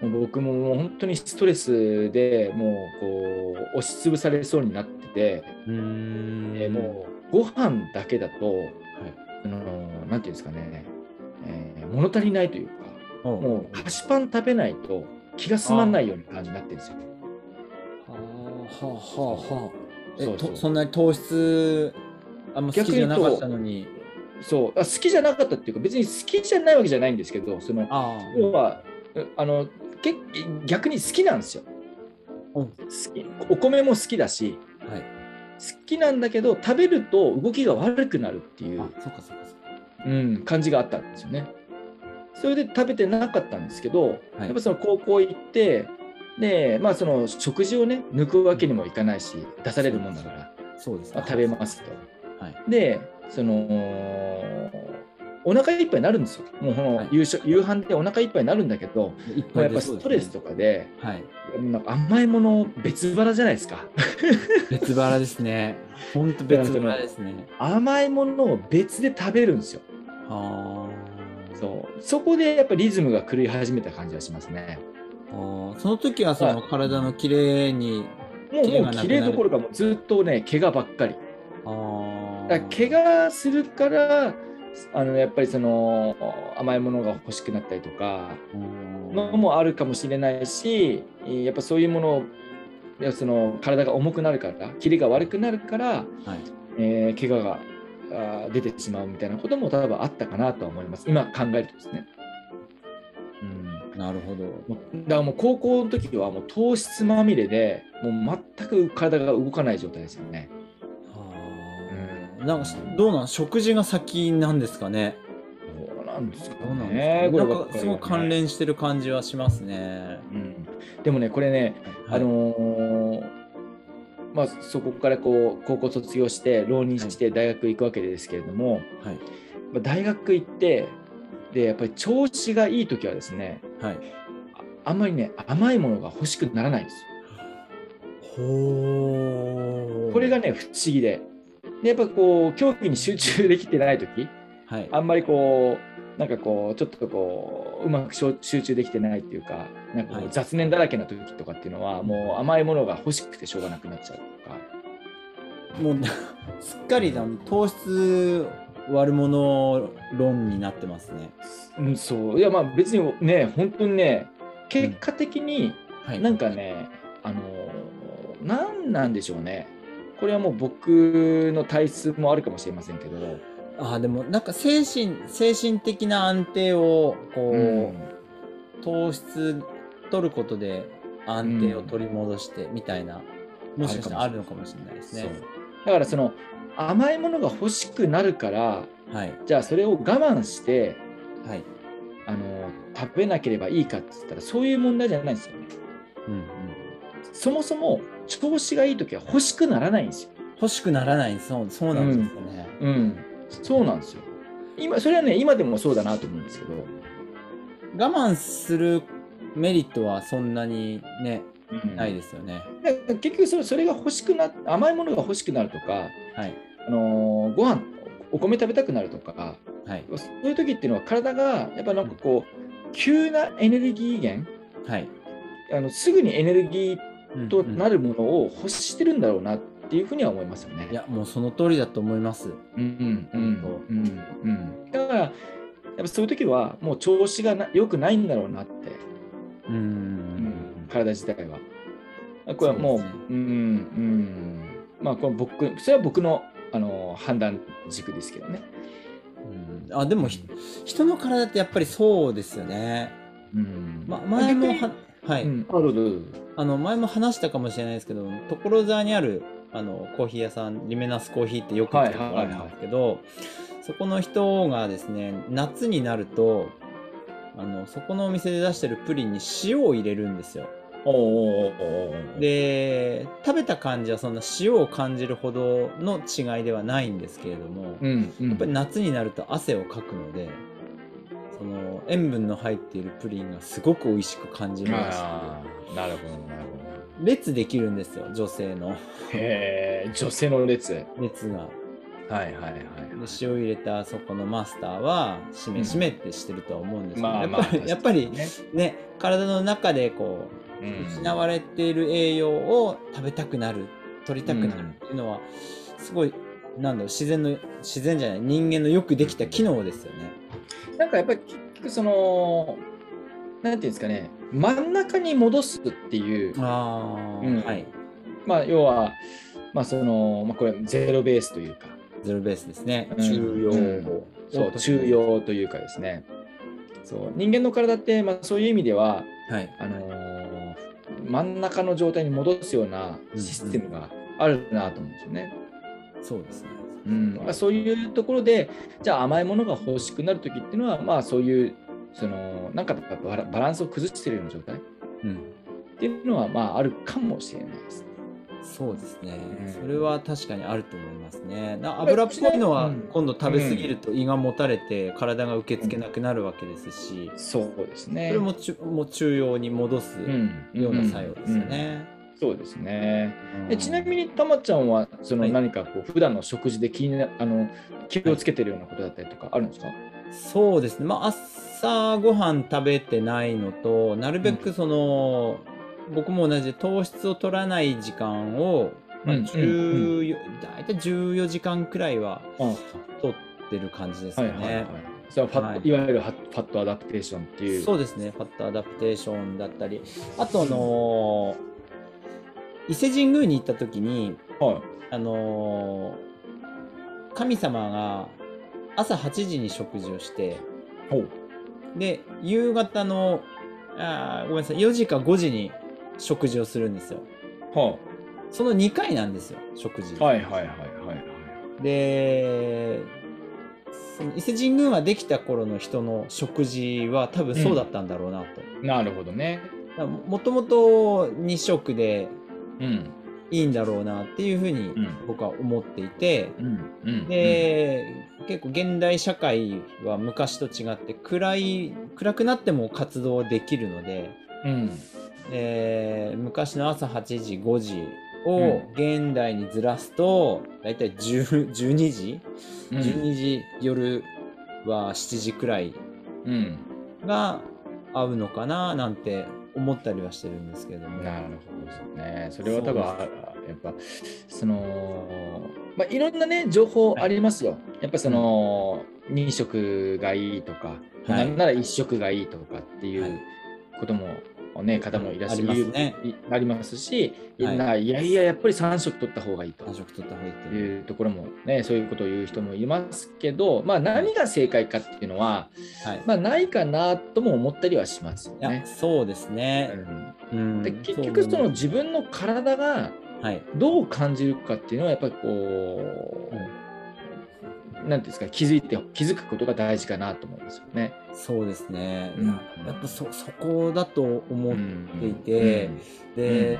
[SPEAKER 2] もう僕ももう本当にストレスでもうこう押しつぶされそうになってて。
[SPEAKER 1] うーん
[SPEAKER 2] えーもうご飯だけだと、あのーなんていうんですかね、えー物足りないというか
[SPEAKER 1] おう
[SPEAKER 2] もう菓子パン食べないと気が済まないような感じになってるんですよ。
[SPEAKER 1] はあはあはあはあ。え
[SPEAKER 2] そうそう
[SPEAKER 1] とそんなに糖質あんま好きじゃなかったのに。
[SPEAKER 2] そうあ好きじゃなかったっていうか別に好きじゃないわけじゃないんですけどその
[SPEAKER 1] あ
[SPEAKER 2] 要はうあのけ逆に好きなんですよ。
[SPEAKER 1] うん
[SPEAKER 2] 好きお米も好きだし
[SPEAKER 1] あ。はい。
[SPEAKER 2] 好きなんだけど食べると動きが悪くなるっていう
[SPEAKER 1] あ、そうかそうかそうか。
[SPEAKER 2] うん、感じがあったんですよね。それで食べてなかったんですけど、
[SPEAKER 1] はい
[SPEAKER 2] やっぱその高校行ってで、まあ、その食事をね抜くわけにもいかないし出されるもんだから、
[SPEAKER 1] そうです
[SPEAKER 2] まあ、食べますと。
[SPEAKER 1] はい。
[SPEAKER 2] でそのお腹いっぱいになるんですよ。もうこ
[SPEAKER 1] は
[SPEAKER 2] の
[SPEAKER 1] い
[SPEAKER 2] 夕食夕飯でお腹いっぱいになるんだけど、
[SPEAKER 1] いっ
[SPEAKER 2] まあ
[SPEAKER 1] ぱ
[SPEAKER 2] や
[SPEAKER 1] い
[SPEAKER 2] っぱ
[SPEAKER 1] 出
[SPEAKER 2] ス
[SPEAKER 1] そうですね
[SPEAKER 2] トレスとかで
[SPEAKER 1] はい。
[SPEAKER 2] なんか甘いもの別腹じゃないですか。
[SPEAKER 1] 別腹ですね。本当別腹ですね。
[SPEAKER 2] 甘いものを別で食べるんですよ。
[SPEAKER 1] あ
[SPEAKER 2] そうそこでやっぱりリズムが狂い始めた感じはしますね。
[SPEAKER 1] ーあーその時はその体の綺麗に
[SPEAKER 2] もう
[SPEAKER 1] キレ
[SPEAKER 2] も
[SPEAKER 1] がな
[SPEAKER 2] う
[SPEAKER 1] くなる
[SPEAKER 2] 綺麗どころかもうずっとね怪我ばっかり。
[SPEAKER 1] あ
[SPEAKER 2] だから怪我するからあのやっぱりその甘いものが欲しくなったりとかの
[SPEAKER 1] の
[SPEAKER 2] もあるかもしれないしやっぱそういうものをいやその体が重くなるからキレが悪くなるから、
[SPEAKER 1] はい
[SPEAKER 2] えー怪我があー出てしまうみたいなことも多分あったかなとは思います今考えるとですね。うん
[SPEAKER 1] なるほど
[SPEAKER 2] もうだからもう高校の時はもう糖質まみれでもう全く体が動かない状態ですよね。
[SPEAKER 1] あーなんかどうなん食事が先なんですかね
[SPEAKER 2] そうなんですか
[SPEAKER 1] どうなん
[SPEAKER 2] ね。
[SPEAKER 1] ですか,、ね、
[SPEAKER 2] これ
[SPEAKER 1] な
[SPEAKER 2] ばっ
[SPEAKER 1] ん
[SPEAKER 2] か
[SPEAKER 1] か
[SPEAKER 2] りは
[SPEAKER 1] す
[SPEAKER 2] ね
[SPEAKER 1] ごい関、連してる感じはしますね。
[SPEAKER 2] うん。でもねこれね、あ
[SPEAKER 1] はい
[SPEAKER 2] のーまあそこからこう高校卒業して浪人して大学行くわけですけれども、
[SPEAKER 1] はい
[SPEAKER 2] まあ大学行ってでやっぱり調子がいい時はですね
[SPEAKER 1] はい
[SPEAKER 2] ああんまりね甘いものが欲しくならないんですよ。
[SPEAKER 1] ほー
[SPEAKER 2] これがね不思議で。でやっぱこう競技に集中できてない時
[SPEAKER 1] はい
[SPEAKER 2] あんまりこうなんかこうちょっとこううまくしょ集中できてないっていうかなんかこ
[SPEAKER 1] は
[SPEAKER 2] う
[SPEAKER 1] い
[SPEAKER 2] 雑念だらけな時とかっていうのはもう甘いものが欲しくてしょうがなくなっちゃうとか
[SPEAKER 1] もう すっかりあの糖質悪者論になってますね。
[SPEAKER 2] うんそういやまあ別にね本当にね結果的に
[SPEAKER 1] はい
[SPEAKER 2] なんかねあの何なんでしょうねこれはもう僕の体質もあるかもしれませんけど、
[SPEAKER 1] あーでもなんか精神精神的な安定をこう、糖質取ることで安定を取り戻してみたいな、もしかしたらあるのかもしれないです
[SPEAKER 2] そう
[SPEAKER 1] ね。
[SPEAKER 2] だからその甘いものが欲しくなるから
[SPEAKER 1] はい
[SPEAKER 2] じゃあそれを我慢して
[SPEAKER 1] はい。
[SPEAKER 2] あの食べなければいいかって言ったらそういう問題じゃないんですよね。
[SPEAKER 1] うんうん。
[SPEAKER 2] そもそも調子がいい時は欲しくならないんですよ。
[SPEAKER 1] 欲しくならないそうそうなんですよね。
[SPEAKER 2] うん、そうなんですよ。今それはね今でもそうだなと思うんですけど、。
[SPEAKER 1] 我慢するメリットはそんなにねないですすよね。
[SPEAKER 2] だから結局それそれが欲しくな甘いものが欲しくなるとか、
[SPEAKER 1] はい
[SPEAKER 2] あのーご飯お米食べたくなるとか
[SPEAKER 1] はい
[SPEAKER 2] そういう時っていうのは体がやっぱなんかこう急なエネルギー源
[SPEAKER 1] はい。
[SPEAKER 2] あのすぐにエネルギー
[SPEAKER 1] うん
[SPEAKER 2] と
[SPEAKER 1] うん
[SPEAKER 2] なるものを欲してるんだろうなっていうふうには思いますよね。
[SPEAKER 1] いやもうその通りだと思います。
[SPEAKER 2] うんうんうんうんだからやっぱそういう時はもう調子がな良くないんだろうなって、
[SPEAKER 1] うんうん
[SPEAKER 2] 体自体は。あこれはもう
[SPEAKER 1] そうですね
[SPEAKER 2] うんうんまあこれ僕それは僕のあの判断軸ですけどね。
[SPEAKER 1] うん。うんあでもひ人の体ってやっぱりそうですよね。
[SPEAKER 2] うん
[SPEAKER 1] ま、前もはは
[SPEAKER 2] 逆
[SPEAKER 1] い、
[SPEAKER 2] にうん、あどうぞどうぞ
[SPEAKER 1] あの前も話したかもしれないですけど所沢にあるあのコーヒー屋さんリメナスコーヒーってよく行くとこあるんですけど、そこの人がですね夏になるとあのそこのお店で出してるプリンに塩を入れるんですよ
[SPEAKER 2] おうおうおうおうおう
[SPEAKER 1] で食べた感じはそんな塩を感じるほどの違いではないんですけれども、や
[SPEAKER 2] うんうん、や
[SPEAKER 1] っぱり夏になると汗をかくのでその塩分の入っているプリンがすごく美味しく感じるらしく
[SPEAKER 2] あーなるほどなるほど。
[SPEAKER 1] 列できるんですよ女性の
[SPEAKER 2] へえ女性の列。はい
[SPEAKER 1] 列が
[SPEAKER 2] はいはいはい。
[SPEAKER 1] で塩入れたそこのマスターはしめしめってしてるとは思うんですけど、
[SPEAKER 2] まあ
[SPEAKER 1] やっ
[SPEAKER 2] まあ
[SPEAKER 1] ぱりやっぱり
[SPEAKER 2] ね
[SPEAKER 1] ね体の中でこ
[SPEAKER 2] う
[SPEAKER 1] うん失われている栄養を食べたくなる取りたくな
[SPEAKER 2] うん
[SPEAKER 1] るっていうのはすごいなんだろう自然の自然じゃない人間のよくできた機能ですよね。
[SPEAKER 2] なんかやっぱり結局そのなんていうんですかね真ん中に戻すっていう
[SPEAKER 1] あー、
[SPEAKER 2] うん
[SPEAKER 1] はい
[SPEAKER 2] まあ要はまあその、まあ、これゼロベースというか
[SPEAKER 1] ゼロベースですね。
[SPEAKER 2] うん
[SPEAKER 1] 中央を
[SPEAKER 2] うんそ
[SPEAKER 1] 確
[SPEAKER 2] う
[SPEAKER 1] かに
[SPEAKER 2] 中央というかですねそう人間の体って、まあ、そういう意味では
[SPEAKER 1] はい
[SPEAKER 2] あのー真ん中の状態に戻すようなシステムがあるなと思うんですよね。
[SPEAKER 1] そうですね。
[SPEAKER 2] うんまあ、そういうところでじゃあ甘いものが欲しくなる時っていうのはまあそういうそのなんかやっぱバラバランスを崩してるような状態
[SPEAKER 1] うん
[SPEAKER 2] っていうのはまああるかもしれないですね。
[SPEAKER 1] そうですね、
[SPEAKER 2] うん
[SPEAKER 1] それは確かにあると思いますね。な油っぽいの
[SPEAKER 2] う
[SPEAKER 1] は
[SPEAKER 2] ん
[SPEAKER 1] 今度食べ過ぎると胃がもたれて体が受け付けなくなるわけですし、
[SPEAKER 2] そうですね。
[SPEAKER 1] それもちゅもう中央に戻す
[SPEAKER 2] うん
[SPEAKER 1] ような作用ですよ。ね。
[SPEAKER 2] うんうんそうですね。
[SPEAKER 1] う
[SPEAKER 2] え
[SPEAKER 1] ん
[SPEAKER 2] ちなみにたまちゃんはその
[SPEAKER 1] はい
[SPEAKER 2] 何かこう普段の食事で気になあの気をつけてるようなことだったりとかあるんですか？
[SPEAKER 1] そうですね、まあ、朝ごはん食べてないのとなるべくその、僕も同じで糖質を取らない時間を、まあ
[SPEAKER 2] うんうんうん
[SPEAKER 1] 14大体14時間くらいは
[SPEAKER 2] うん
[SPEAKER 1] 取ってる感じですか
[SPEAKER 2] は
[SPEAKER 1] ね。
[SPEAKER 2] いはいはい。それはファット、、
[SPEAKER 1] はいい
[SPEAKER 2] わゆるファファットアダプテーションっていう。
[SPEAKER 1] そうですね、ファットアダプテーションだったり、あと、あのー伊勢神宮に行った時に、
[SPEAKER 2] はい。
[SPEAKER 1] あのー神様が朝8時に食事をして、
[SPEAKER 2] ほう。
[SPEAKER 1] で、夕方の、あーごめんなさい、4時か5時に食事をするんですよ。
[SPEAKER 2] は
[SPEAKER 1] その2回なんですよ、食事。
[SPEAKER 2] あ、はいはいはいはいはい。
[SPEAKER 1] で、その伊勢神宮ができた頃の人の食事は多分そうだったんだろうなと。
[SPEAKER 2] なるほどね。
[SPEAKER 1] だからももともと2食で
[SPEAKER 2] うん。
[SPEAKER 1] いいんだろうなっていうふうに
[SPEAKER 2] うん
[SPEAKER 1] 僕は思っていて、
[SPEAKER 2] うん。うん、
[SPEAKER 1] で、結構現代社会は昔と違って暗い暗くなっても活動できるので、
[SPEAKER 2] うん。
[SPEAKER 1] えー昔の朝8時5時
[SPEAKER 2] う
[SPEAKER 1] を現代にずらすと、だいたい10 12時、
[SPEAKER 2] うん。
[SPEAKER 1] 12時夜は7時くらい
[SPEAKER 2] うん。
[SPEAKER 1] が合うのかななんて思ったりはしてるんですけれども。
[SPEAKER 2] なるほどですね。それは多分、
[SPEAKER 1] そう
[SPEAKER 2] あやっぱ、その、まあ、いろんなね、情報ありますよ。やっぱその、2食がいいとか、
[SPEAKER 1] はい
[SPEAKER 2] なんなら1食がいいとかってい
[SPEAKER 1] は
[SPEAKER 2] う
[SPEAKER 1] い
[SPEAKER 2] ことも、ね、方もいらっしゃ
[SPEAKER 1] あり
[SPEAKER 2] る
[SPEAKER 1] ますね
[SPEAKER 2] いありますし、
[SPEAKER 1] はい
[SPEAKER 2] い、ないやいや、やっぱり3食取った方がいいと
[SPEAKER 1] 繁。殖取った方がいいっていう。
[SPEAKER 2] いうところもね、そういうことを言う人もいますけど、まあ、何が正解かっていうのは、
[SPEAKER 1] はい。
[SPEAKER 2] まあ、ないかなとも思ったりはしますよ
[SPEAKER 1] いや、
[SPEAKER 2] ね。
[SPEAKER 1] そうです
[SPEAKER 2] う
[SPEAKER 1] ね。う
[SPEAKER 2] ん
[SPEAKER 1] ん
[SPEAKER 2] で結局その、自分の体が
[SPEAKER 1] うはい。
[SPEAKER 2] どう感じるかっていうのはやっぱりこう、なんていうんですか気づいて気づくことが大事かなと思いますよね。
[SPEAKER 1] そうですね。
[SPEAKER 2] うん
[SPEAKER 1] やっぱそ、そこだと思っていて
[SPEAKER 2] うん、
[SPEAKER 1] で、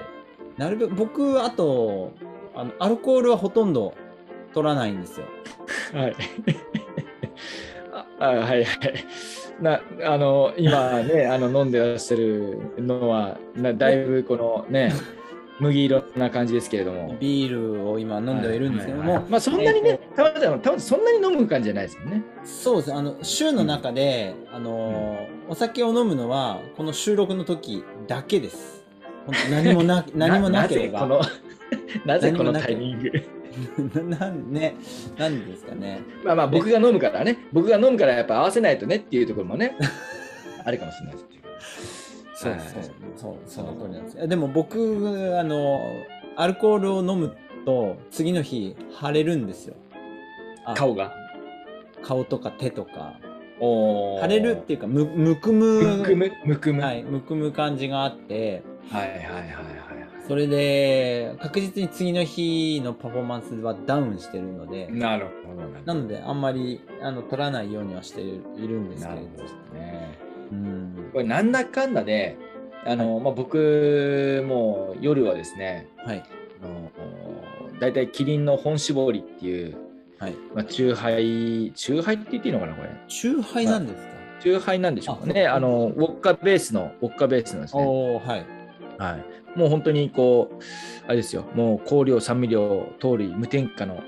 [SPEAKER 1] なるべく、僕、あと、あの、アルコールはほとんど取らないんですよ。
[SPEAKER 2] うんはい ああはいはい。なあの今ねあの飲んでらっしゃるのはなだいぶこのね麦色な感じですけれども。
[SPEAKER 1] ビールを今飲んではいるんですけど
[SPEAKER 2] はいはい
[SPEAKER 1] も
[SPEAKER 2] はい、まあそんなに
[SPEAKER 1] え
[SPEAKER 2] ね
[SPEAKER 1] っ、
[SPEAKER 2] たまたまたまたそんなに飲む感じじゃないですよね。
[SPEAKER 1] そうですね。あの、週の中で、あのー、お酒を飲むのは、この収録の時だけです。ほんと何も な、何もなければ。
[SPEAKER 2] なぜこ
[SPEAKER 1] 何も
[SPEAKER 2] の なぜこの
[SPEAKER 1] な
[SPEAKER 2] タ
[SPEAKER 1] ければ
[SPEAKER 2] イミング
[SPEAKER 1] なんね、なんですかね。
[SPEAKER 2] まあまあ僕が飲むからね僕が飲むからやっぱ合わせないとねっていうところも ねあるかもしれないですけど
[SPEAKER 1] そう
[SPEAKER 2] はい
[SPEAKER 1] そう、そう、その通りなんですよ。でも僕、あの、アルコールを飲むと、次の日、腫れるんですよ。あ
[SPEAKER 2] 顔が
[SPEAKER 1] 顔とか手とか。
[SPEAKER 2] おー
[SPEAKER 1] 腫れるっていうか、む、むく
[SPEAKER 2] む
[SPEAKER 1] む。
[SPEAKER 2] くむむくむ
[SPEAKER 1] はい、むくむ感じがあって、
[SPEAKER 2] はいはいはいはい
[SPEAKER 1] それで、確実に次の日のパフォーマンスはダウンしてるので、
[SPEAKER 2] なるほど
[SPEAKER 1] なので、あんまり、あの、取らないようにはしているいるんですけ
[SPEAKER 2] な
[SPEAKER 1] れ
[SPEAKER 2] るほ
[SPEAKER 1] ど
[SPEAKER 2] どで。すね
[SPEAKER 1] うん。
[SPEAKER 2] これなんだかんだであの、まあ、僕もう夜はですね
[SPEAKER 1] はい。
[SPEAKER 2] あの大体キリンの本搾りっていう、
[SPEAKER 1] はい。
[SPEAKER 2] まあ、酎ハイ酎ハイって言っていいのかなこれ
[SPEAKER 1] チューハイなんですか、
[SPEAKER 2] 酎ハイなんでしょうかね
[SPEAKER 1] あ
[SPEAKER 2] あのウォッカベースのウォッカベースのですね
[SPEAKER 1] おおはい。
[SPEAKER 2] はい、もう本当にこうあれですよもう香料酸味料糖類無添加の、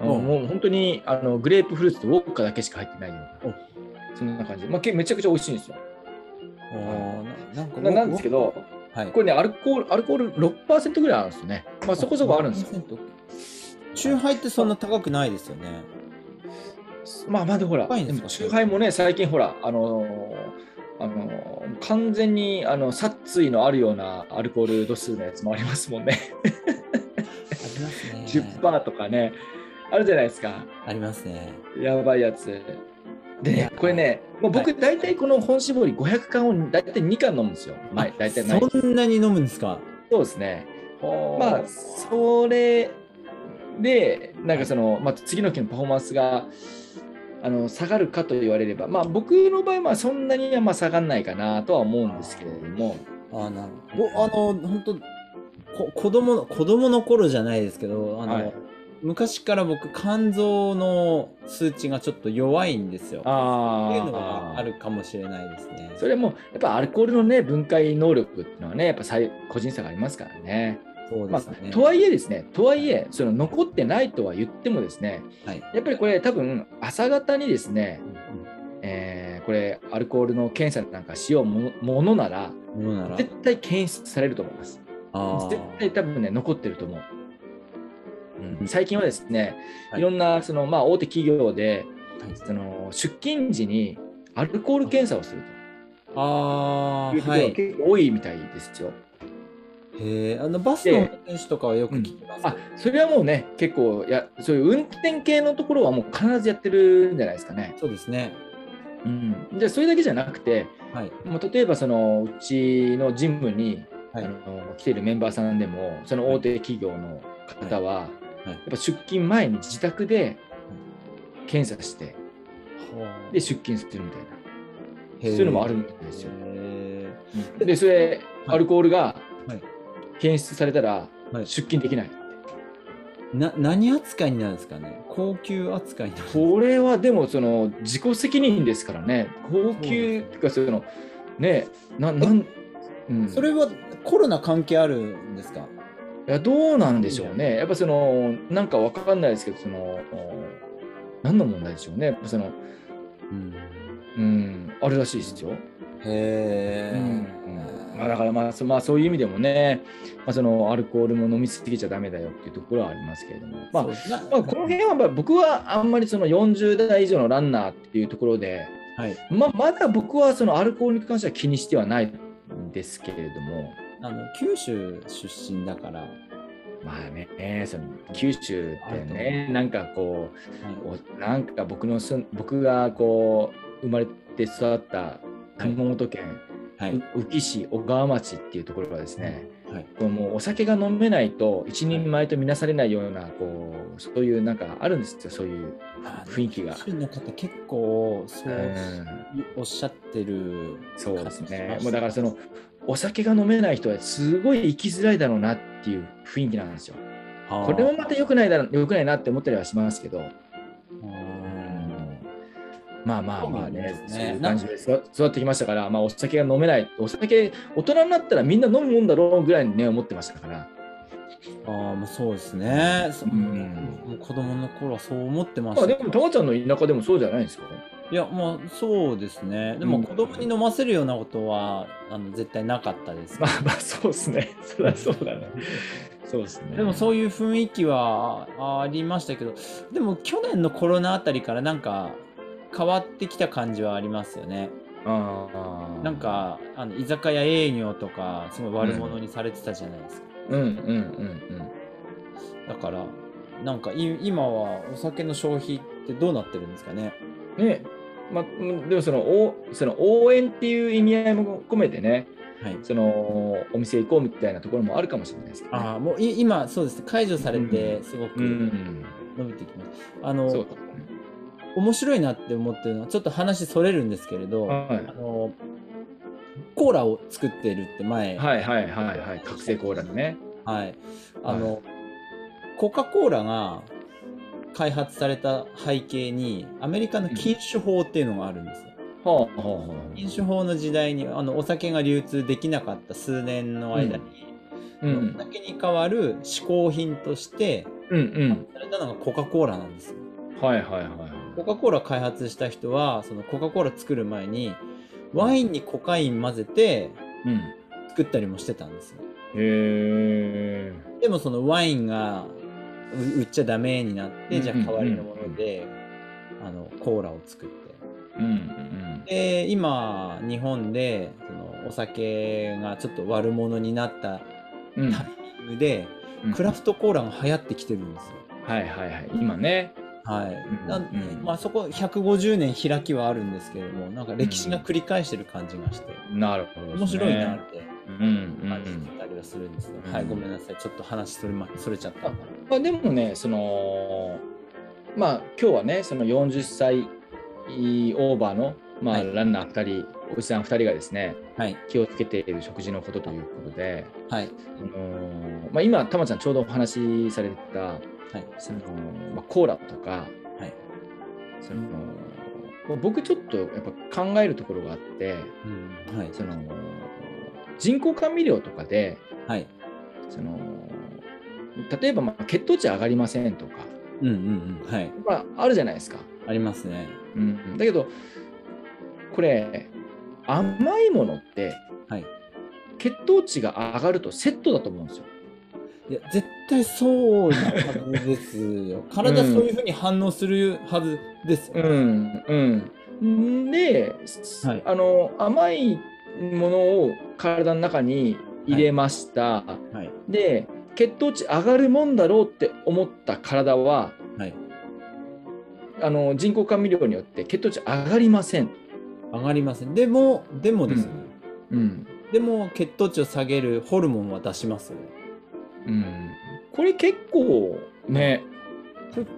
[SPEAKER 1] うん
[SPEAKER 2] もう本当にあのグレープフルーツとウォッカだけしか入ってないような、そんな感じで、まあ、けめちゃくちゃ美味しいんですよ
[SPEAKER 1] おおななんか
[SPEAKER 2] ななんですけど
[SPEAKER 1] はい。
[SPEAKER 2] これねアルコールアルコール6%ぐらいあるんですよね、まあ、そこそこあるんですよ
[SPEAKER 1] よ。チューハイってそんな高くないですよね。
[SPEAKER 2] まあまあでもほら
[SPEAKER 1] 高いん
[SPEAKER 2] で
[SPEAKER 1] です
[SPEAKER 2] も
[SPEAKER 1] か
[SPEAKER 2] 酎ハイもね最近ほらあのーあのー完全にあの殺意のあるようなアルコール度数のやつもありますもんね
[SPEAKER 1] ありますね
[SPEAKER 2] 10%とかねあるじゃないですか
[SPEAKER 1] ありますね。
[SPEAKER 2] やばいやつ。でね、これね、もう
[SPEAKER 1] は
[SPEAKER 2] 僕、
[SPEAKER 1] い
[SPEAKER 2] 大体この本搾り500缶を大体2缶飲むんですよ。毎大体毎日
[SPEAKER 1] そんなに飲むんですか
[SPEAKER 2] そうですね。ま
[SPEAKER 1] ま
[SPEAKER 2] あ、それで、なんかその、まあ、次の日のパフォーマンスがあの下がるかと言われれば、まあ、僕の場合はそんなにはまあ下がらないかなとは思うんですけれども、
[SPEAKER 1] あなるぼあの、本当こ子供の、子供の頃じゃないですけど、あの、
[SPEAKER 2] はい
[SPEAKER 1] 昔から僕、肝臓の数値がちょっと弱いんですよ。っていうの
[SPEAKER 2] あ
[SPEAKER 1] があるかもしれないですね。
[SPEAKER 2] それもやっぱアルコールのね分解能力っていうのはねやっぱ最個人差がありますからね。
[SPEAKER 1] そう
[SPEAKER 2] ま
[SPEAKER 1] で
[SPEAKER 2] あ
[SPEAKER 1] すね。、
[SPEAKER 2] とはいえですね、とはいえ、その残ってないとは言ってもですね、
[SPEAKER 1] はい
[SPEAKER 2] やっぱりこれ多分朝方にですね、
[SPEAKER 1] うんうん
[SPEAKER 2] これアルコールの検査なんかしようもものなら
[SPEAKER 1] ものなら。
[SPEAKER 2] 絶対検出されると思います
[SPEAKER 1] あー
[SPEAKER 2] 絶対多分ね残ってると思う、う、
[SPEAKER 1] うんん
[SPEAKER 2] 最近はですね、、
[SPEAKER 1] はいい
[SPEAKER 2] ろんなその、まあ、大手企業で
[SPEAKER 1] はい
[SPEAKER 2] その出勤時にアルコール検査をする
[SPEAKER 1] あーは
[SPEAKER 2] というところが
[SPEAKER 1] い。へ
[SPEAKER 2] 結構多いみたいですよ、
[SPEAKER 1] え、あの、バスの運転手とかはよく聞きます。
[SPEAKER 2] あそれはもうね結構やそういう運転系のところはもう必ずやってるんじゃないですかね、
[SPEAKER 1] そうですね。
[SPEAKER 2] うん、でそれだけじゃなくて
[SPEAKER 1] はい。
[SPEAKER 2] もう例えばそのうちのジムに、
[SPEAKER 1] はい
[SPEAKER 2] あの来てるメンバーさんでもその大手企業の方は、
[SPEAKER 1] いはい
[SPEAKER 2] やっぱ出勤前に自宅で検査してで出勤するみたいな、
[SPEAKER 1] へー
[SPEAKER 2] そういうのもあるみたいですよ。
[SPEAKER 1] へ
[SPEAKER 2] でそれアルコールが
[SPEAKER 1] はい
[SPEAKER 2] 検出されたら
[SPEAKER 1] ーはい
[SPEAKER 2] 出勤できない、
[SPEAKER 1] な何扱いになるんですかね高級扱いになるんですか
[SPEAKER 2] これはでもその自己責任ですからね高級っていうかそのねななん、うん、
[SPEAKER 1] それはコロナ関係あるんですか
[SPEAKER 2] いやどうなんでしょうねやっぱそのなんかわかんないですけどその何の問題でしょうねやっぱその
[SPEAKER 1] うん
[SPEAKER 2] うんあるらしいですよ、
[SPEAKER 1] へ
[SPEAKER 2] まあだからまあそ,、まあ、そういう意味でもね、まあ、そのアルコールも飲みすぎちゃダメだよっていうところはありますけれどもまあ
[SPEAKER 1] あ
[SPEAKER 2] まあ、この辺はまあ僕はあんまりその40代以上のランナーっていうところで、
[SPEAKER 1] はい
[SPEAKER 2] まあ、まだ僕はそのアルコールに関しては気にしてはないんですけれども、
[SPEAKER 1] あの九州出身だから、
[SPEAKER 2] まあね、その九州ってね、なんかこう、
[SPEAKER 1] は
[SPEAKER 2] こうなんか僕のすん僕がこう生まれて育った熊本県、
[SPEAKER 1] いは
[SPEAKER 2] う
[SPEAKER 1] い
[SPEAKER 2] 宇城市小川町っていうところがですね、
[SPEAKER 1] はい
[SPEAKER 2] こうもうお酒が飲めないと一人前と見なされないようなこうそういうなんかあるんですよそういう雰囲気が
[SPEAKER 1] 九。州の方結構そう
[SPEAKER 2] うん
[SPEAKER 1] おっしゃってる
[SPEAKER 2] そうです
[SPEAKER 1] 感。
[SPEAKER 2] ね
[SPEAKER 1] じしました
[SPEAKER 2] もうだからそのお酒が飲めない人はすごい生きづらいだろうなっていう雰囲気なんですよ。
[SPEAKER 1] あー
[SPEAKER 2] これもまた良くないだろ良くないなって思ったりはしますけど。
[SPEAKER 1] うん
[SPEAKER 2] まあまあまあ
[SPEAKER 1] そう
[SPEAKER 2] ね
[SPEAKER 1] な、んです
[SPEAKER 2] そう
[SPEAKER 1] ね
[SPEAKER 2] いう感じで育育ってきましたから、まあ、お酒が飲めない、お酒、大人になったらみんな飲むもんだろうぐらいにね、思ってましたから、
[SPEAKER 1] あーもうそうですねそ
[SPEAKER 2] うん
[SPEAKER 1] もう子供の頃はそう思ってまし
[SPEAKER 2] まあ、
[SPEAKER 1] た
[SPEAKER 2] でも、たまちゃんの田舎でもそうじゃないんですか。
[SPEAKER 1] いやまあそうですねで
[SPEAKER 2] うん
[SPEAKER 1] も子供に飲ませるようなことはあの絶対なかったですけど
[SPEAKER 2] まあまあ、そうです ね、そりゃそうだね。そうですね。
[SPEAKER 1] でもそう
[SPEAKER 2] いう、
[SPEAKER 1] いう雰囲気はあありましたけどでも去年のコロナあたりからなんか変わってきた感じはありますよね
[SPEAKER 2] あー
[SPEAKER 1] なん、かあの居酒屋営業とかすごい悪者にされてたじゃないですか、
[SPEAKER 2] うんうんうんうん。
[SPEAKER 1] だからなんかい今はお酒の消費ってどうなってるんですかね
[SPEAKER 2] ねまあ、うんでもそのおその応援っていう意味合いも込めてね
[SPEAKER 1] はい
[SPEAKER 2] そのお店行こうみたいなところもあるかもしれないですけど、ね、
[SPEAKER 1] ああもうい今そうですね解除され
[SPEAKER 2] う
[SPEAKER 1] てすごく
[SPEAKER 2] うん
[SPEAKER 1] 伸びてきました、あ
[SPEAKER 2] そう
[SPEAKER 1] の面白いなって思ってるのはちょっと話それるんですけれど、
[SPEAKER 2] は
[SPEAKER 1] あのコーラを作ってるって前
[SPEAKER 2] い、はいはいはいはい覚醒コーラのね
[SPEAKER 1] はい。あの、コカ・コーラが開発された背景に、アメリカの禁酒法っていうのがあるんですよ。
[SPEAKER 2] はあはあはあ
[SPEAKER 1] 禁酒法の時代にあのお酒が流通できなかった数年の間に、
[SPEAKER 2] うんう
[SPEAKER 1] お
[SPEAKER 2] ん
[SPEAKER 1] 酒に代わる嗜好品として
[SPEAKER 2] うん
[SPEAKER 1] されたのがコカ・コーラなんですよ。
[SPEAKER 2] うんはいはいはいはい
[SPEAKER 1] コカ・コーラ開発した人はそのコカ・コーラ作る前にワインにコカイン混ぜて
[SPEAKER 2] うん
[SPEAKER 1] 作ったりもしてたんですよ。
[SPEAKER 2] へえ
[SPEAKER 1] でもそのワインがう売っちゃダメになって、じゃあ
[SPEAKER 2] うんうん
[SPEAKER 1] 代わりのもので、あのコーラを作って
[SPEAKER 2] うんうん
[SPEAKER 1] で今日本でそのお酒がちょっと悪者になった
[SPEAKER 2] うん
[SPEAKER 1] タイミングで、
[SPEAKER 2] うん
[SPEAKER 1] クラフトコーラが流行ってきてるんですよ。
[SPEAKER 2] はいはいはい今ね
[SPEAKER 1] はい
[SPEAKER 2] ん
[SPEAKER 1] なん
[SPEAKER 2] うん
[SPEAKER 1] まあ、そこ150年開きはあるんですけれどもなんか歴史が繰り返してる感じがして、
[SPEAKER 2] なるほど、ね、
[SPEAKER 1] 面白いなって
[SPEAKER 2] うんうんう
[SPEAKER 1] 感じ
[SPEAKER 2] ん
[SPEAKER 1] たりはするんですが、
[SPEAKER 2] うん
[SPEAKER 1] はいごめんなさいちょっと話それ,、ま、それちゃった。
[SPEAKER 2] まあ、でもねそのまあ今日はねその40歳オーバーの、まあ
[SPEAKER 1] はい
[SPEAKER 2] ランナー2人おじさん2人がですね
[SPEAKER 1] はい、
[SPEAKER 2] 気をつけている食事のことということで、
[SPEAKER 1] はい
[SPEAKER 2] あのまあ、今たまちゃんちょうどお話しされてた
[SPEAKER 1] はい
[SPEAKER 2] その、まあ、コーラとか
[SPEAKER 1] はい
[SPEAKER 2] その、まあ僕ちょっとやっぱ考えるところがあって
[SPEAKER 1] うんはい
[SPEAKER 2] その人工甘味料とかで
[SPEAKER 1] はい。
[SPEAKER 2] その例えばまあ血糖値上がりませんとか、
[SPEAKER 1] うんうんうん。はい。
[SPEAKER 2] まあ、あるじゃないですか。
[SPEAKER 1] ありますね。
[SPEAKER 2] うん、だけどこれ甘いものって
[SPEAKER 1] はい。
[SPEAKER 2] 血糖値が上がるとセットだと思うんですよ。
[SPEAKER 1] いや、絶対そうなはずですよ。体そういうふうに反応するはずですよ。
[SPEAKER 2] うんうん、で、
[SPEAKER 1] はい
[SPEAKER 2] あの甘いものを体の中に入れました、
[SPEAKER 1] はい。
[SPEAKER 2] で血糖値上がるもんだろうって思った体は
[SPEAKER 1] はい。
[SPEAKER 2] あの人工甘味料によって血糖値上がりません。
[SPEAKER 1] 上がりません。でも、でもですね。
[SPEAKER 2] うん
[SPEAKER 1] でも、血糖値を下げるホルモンは出しますよね。
[SPEAKER 2] うん、これ結構ね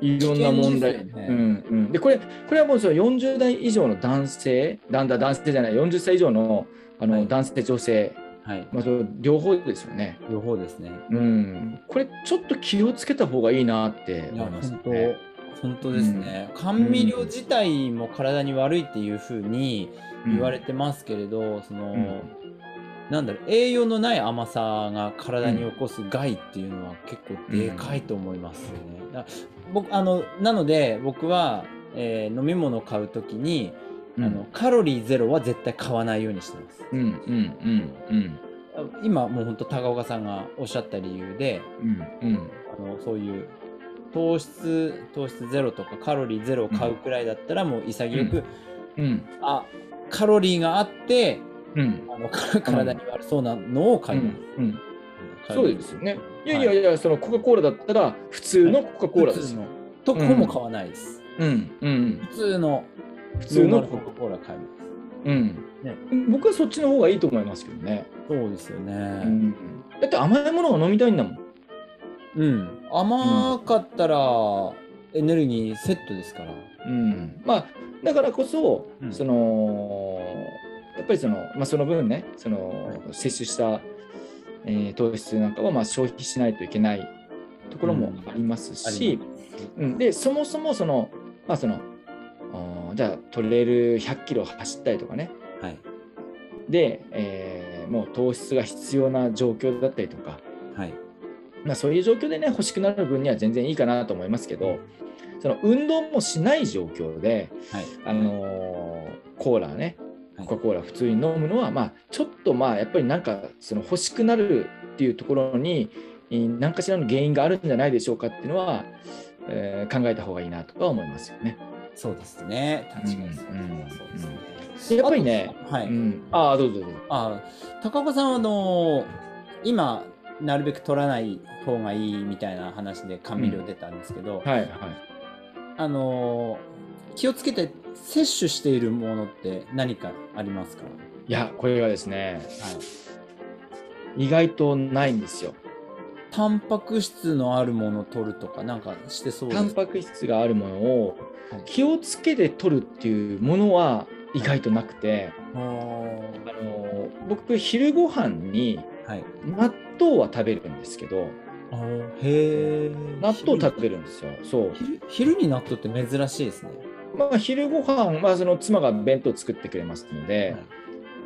[SPEAKER 2] いろんな問題、
[SPEAKER 1] 危険ですよね
[SPEAKER 2] うんうん、でこれこれはもうその40代以上の男性だんだん男性じゃない40歳以上のあの、
[SPEAKER 1] はい
[SPEAKER 2] 男性女性、
[SPEAKER 1] はい。
[SPEAKER 2] まあ、その両方ですよね、
[SPEAKER 1] 両方ですね。
[SPEAKER 2] うん、これちょっと気をつけた方がいいなって
[SPEAKER 1] い
[SPEAKER 2] 思
[SPEAKER 1] や
[SPEAKER 2] います
[SPEAKER 1] 本当、
[SPEAKER 2] ね。
[SPEAKER 1] 本当ですね、甘味料自体も体に悪いっていうふうに言われてますけれど、その、
[SPEAKER 2] うん
[SPEAKER 1] なんだろう栄養のない甘さが体に起こす害っていうのは結構でかいと思いますね。だ僕あのなので僕は、えー飲み物を買うときに、
[SPEAKER 2] うん
[SPEAKER 1] あのカロリーゼロは絶対買わないようにしてます。
[SPEAKER 2] うんうんうん
[SPEAKER 1] 今もう本当高岡さんがおっしゃった理由で
[SPEAKER 2] うんうん
[SPEAKER 1] あのそういう糖質糖質ゼロとかカロリーゼロを買うくらいだったらもう潔く、
[SPEAKER 2] ううん
[SPEAKER 1] あカロリーがあって
[SPEAKER 2] うん
[SPEAKER 1] あのか体に悪そうなのを買います。
[SPEAKER 2] うんうんそうですよね。いやい
[SPEAKER 1] は
[SPEAKER 2] やいや、そのコカ・コーラだったら普通のコカ・コーラですよ。
[SPEAKER 1] よ。とこも買わないです。
[SPEAKER 2] うんうん
[SPEAKER 1] 普通の
[SPEAKER 2] 普通
[SPEAKER 1] ノ
[SPEAKER 2] の
[SPEAKER 1] ーマルコカ・コーラ買います。
[SPEAKER 2] うん
[SPEAKER 1] ね
[SPEAKER 2] 僕はそっちの方がいいと思いますけどね。
[SPEAKER 1] そうですよね。
[SPEAKER 2] うんだって甘いものが飲みたいんだもん。
[SPEAKER 1] うん。甘かったらエネルギーセットですから。
[SPEAKER 2] うん、まあだからこそ、
[SPEAKER 1] うん
[SPEAKER 2] そのやっぱりその,、まあ、その分ねその、
[SPEAKER 1] はい
[SPEAKER 2] 摂取した、えー糖質なんかはまあ消費しないといけないところもありますし、うんでそもそもその、まあ、そのあーじゃあトレイル100キロ走ったりとかね
[SPEAKER 1] はい。
[SPEAKER 2] で、えーもう糖質が必要な状況だったりとか、
[SPEAKER 1] はい。
[SPEAKER 2] まあ、そういう状況でね欲しくなる分には全然いいかなと思いますけどその運動もしない状況で、
[SPEAKER 1] はい。
[SPEAKER 2] あのーコーラね
[SPEAKER 1] は
[SPEAKER 2] コ
[SPEAKER 1] い
[SPEAKER 2] カ・コーラ普通に飲むのは、まあ、ちょっとまあやっぱりなんかその欲しくなるっていうところにえー何かしらの原因があるんじゃないでしょうかっていうのは、えー考えた方がいいなとは思いますよね。
[SPEAKER 1] そうですね。確かにそう
[SPEAKER 2] うんうん
[SPEAKER 1] ですね。
[SPEAKER 2] やっぱりね
[SPEAKER 1] あとはい。
[SPEAKER 2] うん、ああどうぞどうぞ。
[SPEAKER 1] あ高岡さんはあの今なるべく取らない方がいいみたいな話で甘味料出たんですけど、
[SPEAKER 2] はいはい。
[SPEAKER 1] あの気をつけて摂取しているものって何かありますか、はい
[SPEAKER 2] やこれがですね意外とないんですよ。
[SPEAKER 1] い、タンパク質のあるものを取るとかなんかしてそうで
[SPEAKER 2] タン
[SPEAKER 1] す
[SPEAKER 2] パク質があるものを
[SPEAKER 1] はい
[SPEAKER 2] 気をつけて取るっていうものは意外となくて、
[SPEAKER 1] あー
[SPEAKER 2] あのー僕昼ご飯に
[SPEAKER 1] はい
[SPEAKER 2] 納豆は食べるんですけど
[SPEAKER 1] あーへえ
[SPEAKER 2] 納豆食べるんですよそう、
[SPEAKER 1] 昼昼に納豆って珍しいですね、
[SPEAKER 2] まあ、昼ご飯はその妻が弁当作ってくれますの
[SPEAKER 1] は
[SPEAKER 2] で、
[SPEAKER 1] い
[SPEAKER 2] ま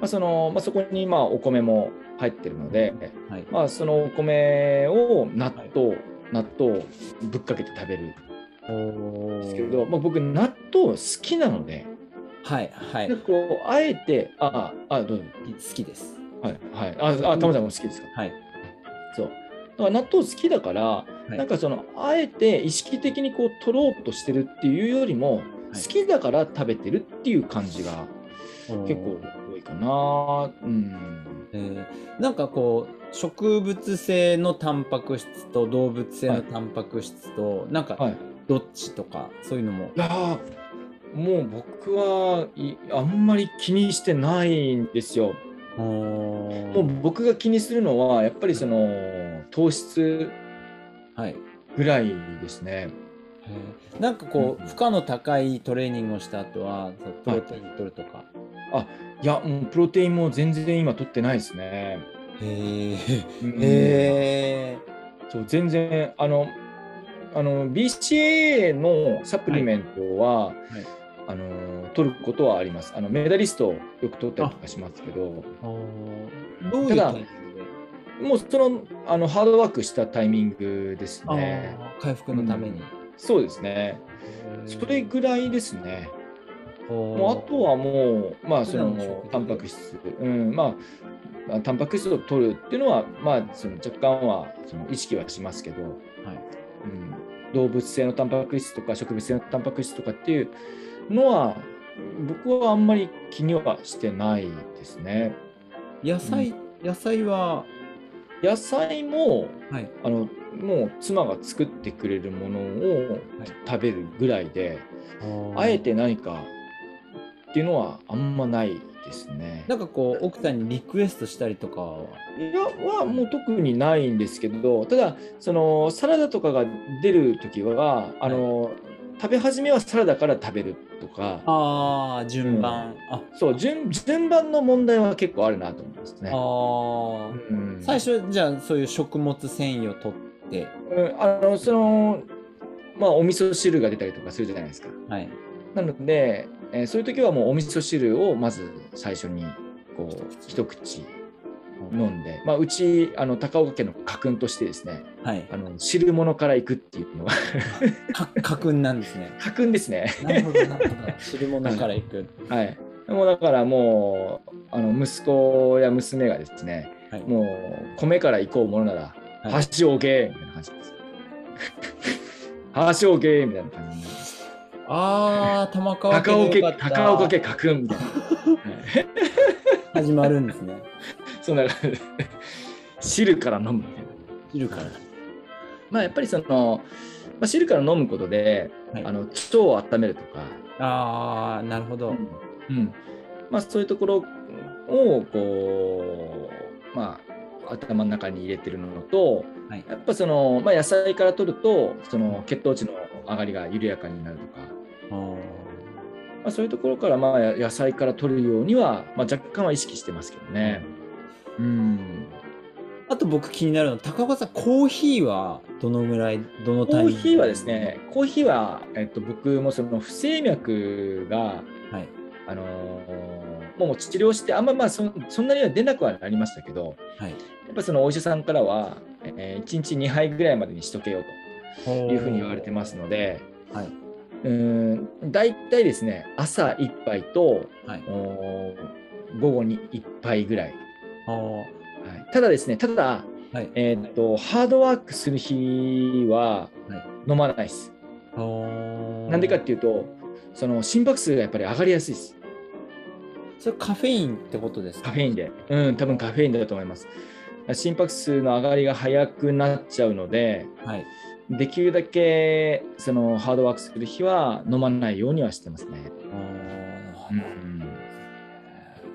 [SPEAKER 2] あそのまあ、そこにまあお米も入ってるので、
[SPEAKER 1] はい
[SPEAKER 2] まあ、そのお米を納豆、納豆をぶっかけて食べるん
[SPEAKER 1] お
[SPEAKER 2] ですけど、まあ、僕納豆好きなので
[SPEAKER 1] はいはい
[SPEAKER 2] で
[SPEAKER 1] 好
[SPEAKER 2] こうあえてあああどうぞ
[SPEAKER 1] きです
[SPEAKER 2] はいはいああ玉ちゃんも好きですか
[SPEAKER 1] はい
[SPEAKER 2] そう。だから納豆好きだから、
[SPEAKER 1] い
[SPEAKER 2] なんかそのあえて意識的にこう取ろうとしてるっていうよりも、
[SPEAKER 1] い
[SPEAKER 2] 好きだから食べてるっていう感じが結構多いかな。うん。
[SPEAKER 1] えーなんかこう植物性のタンパク質と動物性のタンパク質と、なんか
[SPEAKER 2] はい。
[SPEAKER 1] どっちとかそういうのも
[SPEAKER 2] いやーもう僕はいあんまり気にしてないんですよ。も
[SPEAKER 1] も
[SPEAKER 2] う僕が気にするのはやっぱりその糖質
[SPEAKER 1] はい、
[SPEAKER 2] ぐらいですね。
[SPEAKER 1] えーなんかこう、
[SPEAKER 2] うん
[SPEAKER 1] 負荷の高いトレーニングをした後はそうプロテイン取るとか、
[SPEAKER 2] いやもうプロテインも全然今取ってないですね。
[SPEAKER 1] へえ
[SPEAKER 2] うん
[SPEAKER 1] へえ
[SPEAKER 2] そう全然あのあの BCA のサプリメントは、
[SPEAKER 1] いはい
[SPEAKER 2] あの取ることはありますあのメダリストをよく取ったりとかしますけど
[SPEAKER 1] どういう
[SPEAKER 2] ただ
[SPEAKER 1] タイミングで
[SPEAKER 2] もうそのあのハードワークしたタイミングです
[SPEAKER 1] あー
[SPEAKER 2] ね
[SPEAKER 1] 回復のために、
[SPEAKER 2] そうですね
[SPEAKER 1] へー
[SPEAKER 2] それぐらいですねもうあとはもう、まあ、そ
[SPEAKER 1] 普段の食
[SPEAKER 2] の
[SPEAKER 1] 事
[SPEAKER 2] タンパク質、うんまあまあ、タンパク質を取るっていうのは、まあ、その若干はその意識はしますけど、うん、動物性のタンパク質とか植物性のタンパク質とかっていうのは僕はあんまり気にはしてないですね。
[SPEAKER 1] 野菜、野菜は、
[SPEAKER 2] 野菜も
[SPEAKER 1] はい、
[SPEAKER 2] あのもう妻が作ってくれるものを食べるぐらいで、あえて何かっていうのはあんまないですね。
[SPEAKER 1] なんかこう奥さんにリクエストしたりとかはい
[SPEAKER 2] やはもう特にないんですけどただそのサラダとかが出る時はあの、食べ始めはサラダから食べるとか
[SPEAKER 1] ああ順番、あ
[SPEAKER 2] そう順順番の問題は結構あるなと思いますね。
[SPEAKER 1] あー、
[SPEAKER 2] うん
[SPEAKER 1] 最初じゃあそういう食物繊維を取って
[SPEAKER 2] うんあのそのまあお味噌汁が出たりとかするじゃないですか。
[SPEAKER 1] はい
[SPEAKER 2] なので、えーそういう時はもうお味噌汁をまず最初にこう一口飲んで、まあ、うちあの高岡家の家訓としてですね
[SPEAKER 1] はい
[SPEAKER 2] あの汁物から行くっていうのは
[SPEAKER 1] か家訓なんです ね
[SPEAKER 2] 家訓ですね。
[SPEAKER 1] なるほどなるほど汁物からいく、
[SPEAKER 2] はい、もうだからもうあの息子や娘がですね
[SPEAKER 1] はい、
[SPEAKER 2] もう米から行こうものなら
[SPEAKER 1] はい
[SPEAKER 2] 箸置けみたいな感じです。 箸置けみたいな感じです。
[SPEAKER 1] ああ玉川
[SPEAKER 2] 高
[SPEAKER 1] 家
[SPEAKER 2] 岡
[SPEAKER 1] でよ
[SPEAKER 2] 家
[SPEAKER 1] かった
[SPEAKER 2] 高岡家家訓みたいな。はい
[SPEAKER 1] 始まるんですね
[SPEAKER 2] そんな感じで汁から飲むみたいな。
[SPEAKER 1] 汁から、
[SPEAKER 2] まあやっぱりその、まあ、汁から飲むことで、
[SPEAKER 1] はい、
[SPEAKER 2] あの腸を温めるとか、
[SPEAKER 1] あーなるほど、
[SPEAKER 2] うんまあ、そういうところをこう、まあ、頭の中に入れてるのと、
[SPEAKER 1] はい
[SPEAKER 2] やっぱその、まあ、野菜から摂るとその血糖値の上がりが緩やかになるとか、
[SPEAKER 1] あー
[SPEAKER 2] まあ、そういうところから、まあ、や野菜から摂るようには、まあ、若干は意識してますけどね。うん、
[SPEAKER 1] あと僕気になるの高岡さんコーヒーはどのぐらいどの
[SPEAKER 2] コ
[SPEAKER 1] タイミン
[SPEAKER 2] ー
[SPEAKER 1] グ
[SPEAKER 2] ヒーはですねコーヒーは、えっと、僕もその不整脈が
[SPEAKER 1] はい
[SPEAKER 2] あのーもう治療してあんままあそんそんなには出なくはなりましたけど
[SPEAKER 1] はい
[SPEAKER 2] やっぱそのお医者さんからは、え1日2杯ぐらいまでにしとけよというふうに言われてますので、
[SPEAKER 1] はい
[SPEAKER 2] うん大体ですね朝1杯と
[SPEAKER 1] はい
[SPEAKER 2] おー午後に1杯ぐらい、は
[SPEAKER 1] あー
[SPEAKER 2] い、ただですねただ、
[SPEAKER 1] はい
[SPEAKER 2] えーっとハードワークする日は
[SPEAKER 1] はい
[SPEAKER 2] 飲まないです、
[SPEAKER 1] あー
[SPEAKER 2] なんでかっていうとその心拍数がやっぱり上がりやすいです
[SPEAKER 1] それカフェインってことですか
[SPEAKER 2] カフェインで。うん、多分カフェインだと思います。心拍数の上がりが早くなっちゃうので、
[SPEAKER 1] はい
[SPEAKER 2] できるだけそのハードワークする日は飲まないようにはしてますね。
[SPEAKER 1] あー
[SPEAKER 2] うん、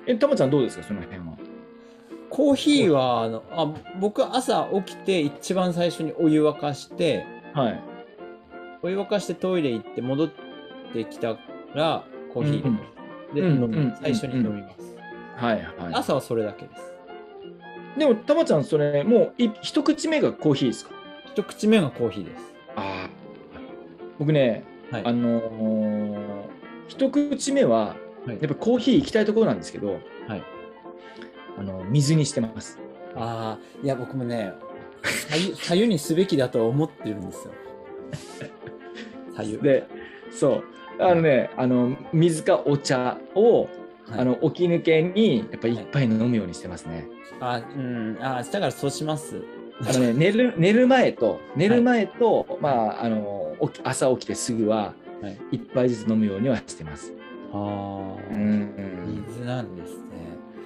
[SPEAKER 2] え、たまちゃんどうですか、その辺は。
[SPEAKER 1] コーヒーはあのあ僕朝起きて一番最初にお湯沸かして
[SPEAKER 2] はい。
[SPEAKER 1] お湯沸かしてトイレ行って戻ってきたらコーヒー入れ
[SPEAKER 2] うん
[SPEAKER 1] ますで
[SPEAKER 2] うん
[SPEAKER 1] 飲
[SPEAKER 2] うん
[SPEAKER 1] む最初に飲みます
[SPEAKER 2] はいは
[SPEAKER 1] 朝はそれだけです
[SPEAKER 2] い。でも、たまちゃん、それ、もうい一口目がコーヒーですか
[SPEAKER 1] 一口目がコーヒーです
[SPEAKER 2] ああ。僕ね、
[SPEAKER 1] はい
[SPEAKER 2] あのー一口目は、
[SPEAKER 1] はい
[SPEAKER 2] やっぱコーヒー行きたいところなんですけど、
[SPEAKER 1] はい
[SPEAKER 2] あの水にしてます。
[SPEAKER 1] ああいや僕もね左右左右にすべきだとは思ってるん ですよ左右
[SPEAKER 2] でそうあのねあの水かお茶を、
[SPEAKER 1] はい
[SPEAKER 2] あの起き抜けにやっぱりいっぱい飲むようにしてますね。
[SPEAKER 1] あうんあだからそうします
[SPEAKER 2] あのね寝る寝る前と寝る前と、まああの起き朝起きてすぐは
[SPEAKER 1] はい
[SPEAKER 2] 一杯ずつ飲むようにはしてます。
[SPEAKER 1] ああ
[SPEAKER 2] うん
[SPEAKER 1] 水なんですね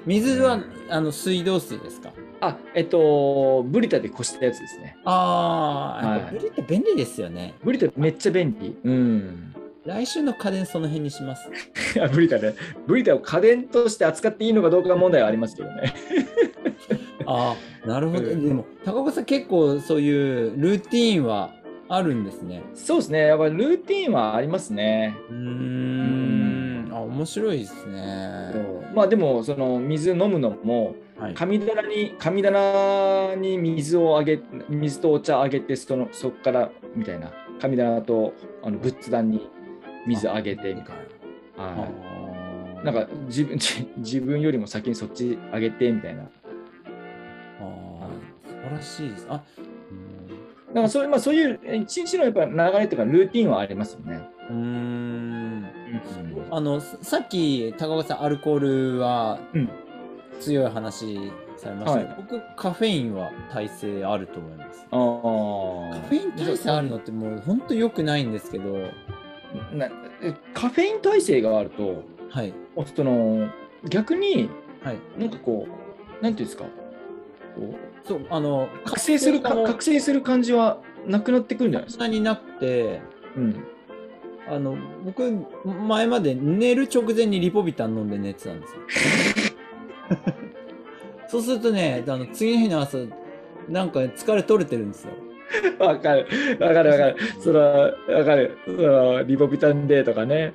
[SPEAKER 1] 水は、
[SPEAKER 2] うん
[SPEAKER 1] あの水道水ですか
[SPEAKER 2] あえっとブリタでこしたやつですね。
[SPEAKER 1] ああ、やっ
[SPEAKER 2] は
[SPEAKER 1] ぱブ
[SPEAKER 2] い
[SPEAKER 1] リって便利ですよね。
[SPEAKER 2] ブリタめっちゃ便利。うん。
[SPEAKER 1] 来週の家電その辺にします。
[SPEAKER 2] いやブリタね。ブリタを家電として扱っていいのかどうか問題はありますけどね。
[SPEAKER 1] ああ、なるほど。
[SPEAKER 2] うん
[SPEAKER 1] でも、高岡さん結構そういうルーティーンはあるんですね。
[SPEAKER 2] そうですね。やっぱりルーティンはありますね。
[SPEAKER 1] うーん。あ、面白いですね。
[SPEAKER 2] まあでもその水飲むのも
[SPEAKER 1] はい。
[SPEAKER 2] 神棚に神棚に水をあげ水とお茶あげてそのそこからみたいな神棚とあの仏壇に水あげてみたいな、
[SPEAKER 1] あ
[SPEAKER 2] は
[SPEAKER 1] ー
[SPEAKER 2] い、なんか自分 自分よりも先にそっちあげてみたいな
[SPEAKER 1] あー素晴らしいです。あ、う
[SPEAKER 2] なんかそういうまあそういう一日のやっぱ流れとかルーティンはありますよね。
[SPEAKER 1] ーん。うーん。
[SPEAKER 2] うん
[SPEAKER 1] あのささっき高岡さんアルコールは
[SPEAKER 2] うん
[SPEAKER 1] 強い話されましたけど、僕カフェインは耐性あると思います。
[SPEAKER 2] あ
[SPEAKER 1] カ
[SPEAKER 2] ー
[SPEAKER 1] フェイン耐性あるのってもう本当良くないんですけど、
[SPEAKER 2] なえカフェイン耐性があると
[SPEAKER 1] はい
[SPEAKER 2] その逆に
[SPEAKER 1] はい。
[SPEAKER 2] なんかこうなんていうんですかこう
[SPEAKER 1] そうあの
[SPEAKER 2] 覚醒するか
[SPEAKER 1] も
[SPEAKER 2] 覚醒する感じはなくなってくるんじゃないです
[SPEAKER 1] そん
[SPEAKER 2] か、
[SPEAKER 1] なになくて。
[SPEAKER 2] うん、
[SPEAKER 1] あの僕前まで寝る直前にリポビタン飲んで寝てたん ですよそうするとねあの次の日の朝なんか疲れ取れてるんですよ
[SPEAKER 2] わかるわかるわかるそれはわかるそのリボビタンデーとかね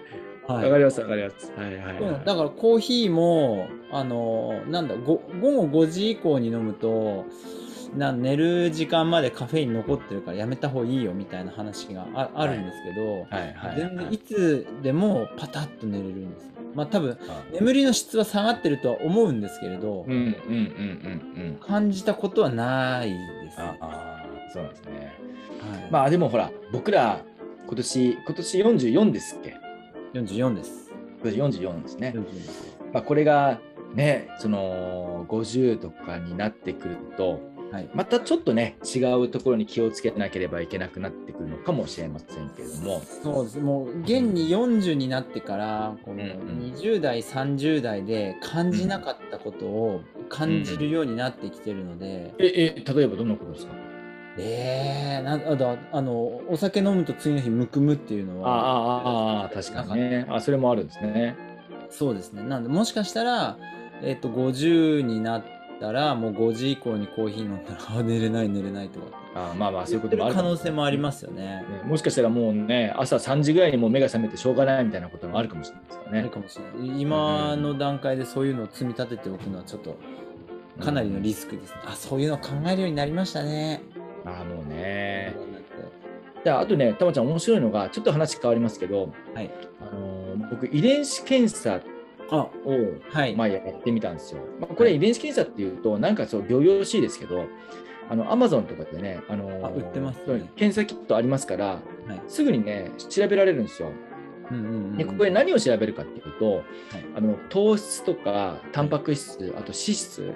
[SPEAKER 2] わ、
[SPEAKER 1] はい
[SPEAKER 2] かりますわかりますはいはい、
[SPEAKER 1] そう
[SPEAKER 2] は
[SPEAKER 1] なん
[SPEAKER 2] い、
[SPEAKER 1] だからコーヒーもあのなんだご午後5時以降に飲むとな寝る時間までカフェイン残ってるからやめた方がいいよみたいな話がああるんですけど、
[SPEAKER 2] はいはいはい
[SPEAKER 1] 全然いつでもパタッと寝れるんですよまあ多分
[SPEAKER 2] あ
[SPEAKER 1] 眠りの質は下がってるとは思うんですけれど、
[SPEAKER 2] うんうんうんうんうん
[SPEAKER 1] 感じたことはないです、ね。
[SPEAKER 2] ああーそうなんですね
[SPEAKER 1] はい、
[SPEAKER 2] まあでもほら僕ら今年今年44ですっけ
[SPEAKER 1] 44です。
[SPEAKER 2] 今年44ですね、
[SPEAKER 1] 44です
[SPEAKER 2] まあ、これがねその50とかになってくると
[SPEAKER 1] はい。
[SPEAKER 2] またちょっとね違うところに気をつけなければいけなくなってくるのかもしれませんけれども
[SPEAKER 1] そうです。もう現に40になってから、この
[SPEAKER 2] うんうん
[SPEAKER 1] 20代、30代で感じなかったことを感じるようになってきてるので、
[SPEAKER 2] ええ例えばどんなことですか
[SPEAKER 1] えー、なんだあのお酒飲むと次の日むくむっていうの
[SPEAKER 2] ああ
[SPEAKER 1] は、
[SPEAKER 2] ああああ確かにねあそれもあるんですね
[SPEAKER 1] そうですね。なんでもしかしたら、えっと50になったらもう5時以降にコーヒー飲んだらあ寝れない寝れないとかって
[SPEAKER 2] あまあまあそうい
[SPEAKER 1] 言っ
[SPEAKER 2] うこ
[SPEAKER 1] て
[SPEAKER 2] ともあ
[SPEAKER 1] る
[SPEAKER 2] る
[SPEAKER 1] 可能性もありますすよね。
[SPEAKER 2] もしかしたらもうね朝3時ぐらいにもう目が覚めてしょうがないみたいなこともあるかもしれないですから
[SPEAKER 1] ある
[SPEAKER 2] ね
[SPEAKER 1] かもしれない今の段階でそういうのを積み立てておくのはちょっとかなりのリスクです、あそういうの考えるようになりましたね、
[SPEAKER 2] ああもうねであとね、たまちゃん、面白いのが、ちょっと話変わりますけど、
[SPEAKER 1] はい
[SPEAKER 2] あのー僕、遺伝子検査
[SPEAKER 1] あ
[SPEAKER 2] を、
[SPEAKER 1] はい、
[SPEAKER 2] まあ、やってみたんですよ。まあ、これ、遺伝子検査っていうと、なんかそう、仰々しいですけど、あの Amazon とかでね、あのー
[SPEAKER 1] あ売ってますよね
[SPEAKER 2] そう検査キットありますから、
[SPEAKER 1] はい
[SPEAKER 2] すぐにね、調べられるんですよ。
[SPEAKER 1] うんうんうん
[SPEAKER 2] で、ここで何を調べるかっていうと、あの糖質とか、タンパク質、あと脂質、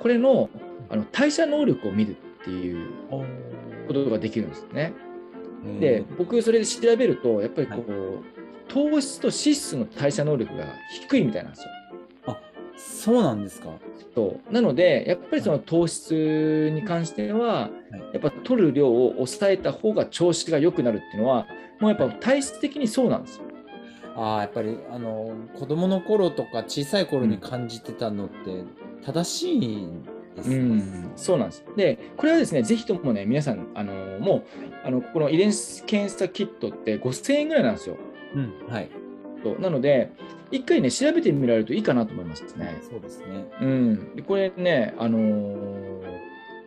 [SPEAKER 2] これのあの代謝能力を見るっていう
[SPEAKER 1] お
[SPEAKER 2] ことができるんですね。
[SPEAKER 1] ー
[SPEAKER 2] で僕それで調べるとやっぱりこう、糖質と脂質の代謝能力が低いみたいなんですよ。
[SPEAKER 1] そうなんですか
[SPEAKER 2] そうなのでやっぱりその糖質に関しては、
[SPEAKER 1] い
[SPEAKER 2] やっぱ取る量を抑えた方が調子が良くなるっていうのはもうやっぱ体質的にそうなんですよ。
[SPEAKER 1] あーやっぱりあの子供の頃とか小さい頃に感じてたのって正しいんです
[SPEAKER 2] う
[SPEAKER 1] ね、
[SPEAKER 2] ん、そうなんです。で、これはですね、ぜひともね、皆さん、あのもうあのこの遺伝子検査キットって5000円ぐらいなんですよ。
[SPEAKER 1] うんはい
[SPEAKER 2] そうなので、一回ね、調べてみられるといいかなと思いますね。
[SPEAKER 1] そうですね
[SPEAKER 2] うん、でこれね、あのー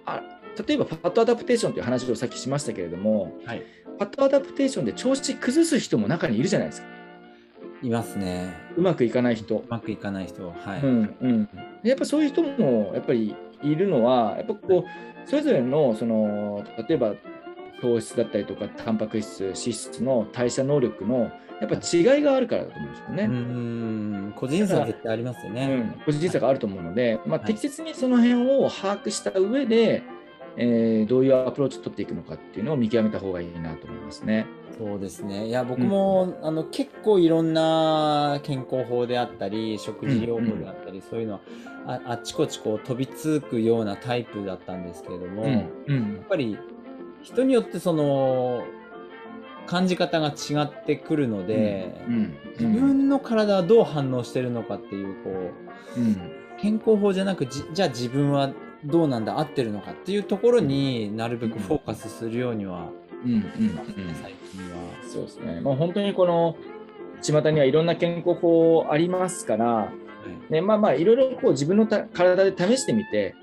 [SPEAKER 2] あ例えばパッドアダプテーションという話をさっきしましたけれども、
[SPEAKER 1] はい
[SPEAKER 2] パッドアダプテーションで調子崩す人も中にいるじゃないですか
[SPEAKER 1] いますね
[SPEAKER 2] うまくいかない人
[SPEAKER 1] う、まくいかない人ははい、
[SPEAKER 2] うんうん、でやっぱそういう人もやっぱりいるのはやっぱこうそれぞれのその例えば糖質だったりとかタンパク質脂質の代謝能力のやっぱ違いがあるからだと思うんですよね。
[SPEAKER 1] うーん個人差は絶対ありますよね。
[SPEAKER 2] うん、個人差があると思うので、まあ、
[SPEAKER 1] はい
[SPEAKER 2] 適切にその辺を把握した上で、えーどういうアプローチを取っていくのかっていうのを見極めた方がいいなと思いますね。
[SPEAKER 1] そうですね。いや僕も、あの結構いろんな健康法であったり食事療法であったり、そういうのはああっちこっちこう飛びつくようなタイプだったんですけれども、
[SPEAKER 2] う
[SPEAKER 1] やっ
[SPEAKER 2] んうん
[SPEAKER 1] ぱり人によってその感じ方が違ってくるので、
[SPEAKER 2] うん
[SPEAKER 1] 自分の体はどう反応してるのかっていうこう
[SPEAKER 2] うん
[SPEAKER 1] 健康法じゃなくじじゃあ自分はどうなんだ合ってるのかっていうところになるべくフォーカスするようには、
[SPEAKER 2] うんうん
[SPEAKER 1] 最近は。
[SPEAKER 2] うんそうですね。もう本当にこの巷にはいろんな健康法ありますから、ね、まあまあいろいろこう自分のた体で試してみて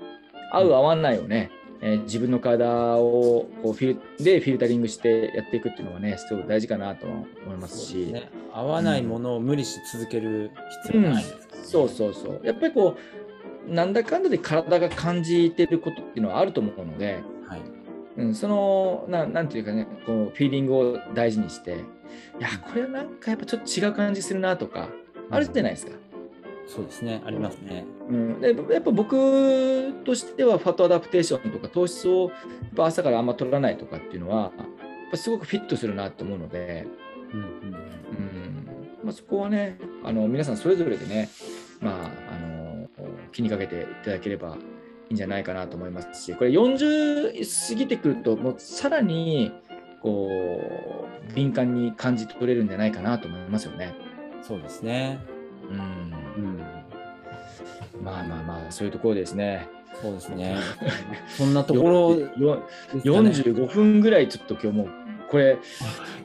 [SPEAKER 2] 合う合わないをね、えー自分の体をこうフィルでフィルタリングしてやっていくっていうのはねすごく大事かなとは思います
[SPEAKER 1] そう
[SPEAKER 2] し
[SPEAKER 1] ですね、合わないものを無理して続ける必要ないですからね、
[SPEAKER 2] そうそうそうやっぱりこうなんだかんだで体が感じてることっていうのはあると思うので
[SPEAKER 1] はい
[SPEAKER 2] うん、そのななんていうかねこうフィーリングを大事にしていやこれはなんかやっぱちょっと違う感じするなとかあるじゃないですか。
[SPEAKER 1] そうですね、ありますね。
[SPEAKER 2] うん、でやっぱ僕としてはファットアダプテーションとか糖質をやっぱ朝からあんま取らないとかっていうのはやっぱすごくフィットするなと思うので、
[SPEAKER 1] うんうん
[SPEAKER 2] うんまあ、そこはねあの皆さんそれぞれでね、まあ、あの気にかけていただければいいんじゃないかなと思いますしこれ40過ぎてくるともうさらにこう敏感に感じ取れるんじゃないかなと思いますよね。
[SPEAKER 1] そうですね。
[SPEAKER 2] うん
[SPEAKER 1] うん、
[SPEAKER 2] まあまあまあそういうところですね。
[SPEAKER 1] そうです ね。そんなところです
[SPEAKER 2] よ
[SPEAKER 1] かね、
[SPEAKER 2] 45分ぐらいちょっと今日もうこれ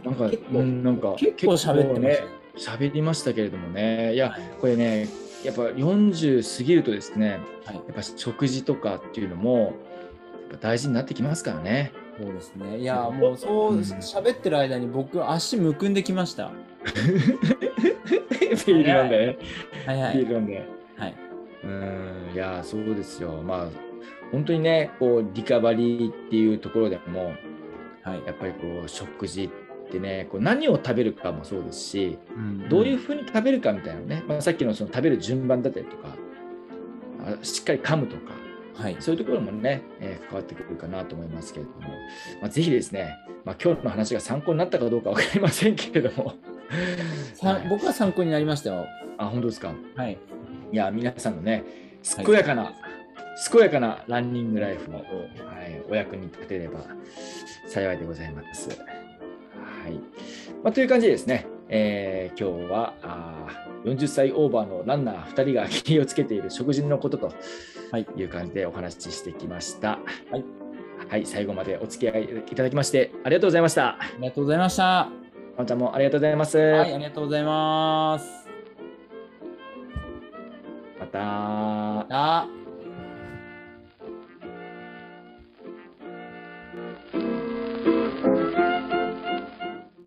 [SPEAKER 2] なんか
[SPEAKER 1] 結構
[SPEAKER 2] うんなんか
[SPEAKER 1] 結構喋ってましたね。
[SPEAKER 2] 結構ね喋りましたけれどもねいや
[SPEAKER 1] はい
[SPEAKER 2] これねやっぱ40過ぎるとですね、
[SPEAKER 1] はい
[SPEAKER 2] やっぱ食事とかっていうのもやっぱ大事になってきますか らね。
[SPEAKER 1] そうですね。いや、もうそう
[SPEAKER 2] うん
[SPEAKER 1] 喋ってる間に僕、足むくんできました。
[SPEAKER 2] ビール飲んでね、
[SPEAKER 1] はいは
[SPEAKER 2] ビー
[SPEAKER 1] い。
[SPEAKER 2] ル飲んで。
[SPEAKER 1] はい、
[SPEAKER 2] うんいやそうですよまあ本当にねこうリカバリーっていうところでも
[SPEAKER 1] はい
[SPEAKER 2] やっぱりこう食事ってねこう何を食べるかもそうですし
[SPEAKER 1] ん
[SPEAKER 2] どういうふうに食べるかみたいなね、まあ、さっきのその食べる順番だったりとかあしっかり噛むとか
[SPEAKER 1] はい、
[SPEAKER 2] そういうところもね、えー関わってくるかなと思いますけれども、まあ、ぜひですね、まあ、今日の話が参考になったかどうか分かりませんけれども
[SPEAKER 1] さ
[SPEAKER 2] はい
[SPEAKER 1] 僕は参考になりましたよ。
[SPEAKER 2] あ本当ですか
[SPEAKER 1] はい。
[SPEAKER 2] いや皆さんのね健やかな、健やかなランニングライフもはい、お役に立てれば幸いでございます。はいまあ、という感じでですね、えー今日はあー40歳オーバーのランナー2人が気をつけている食事のことと
[SPEAKER 1] はい
[SPEAKER 2] いう感じでお話ししてきました。
[SPEAKER 1] はい
[SPEAKER 2] はい、最後までお付き合いいただきましてありがとうございました。
[SPEAKER 1] ありがとうございました。は
[SPEAKER 2] まちゃんもありがとうございます。
[SPEAKER 1] い、ありがとうございます。
[SPEAKER 2] また。
[SPEAKER 1] あ。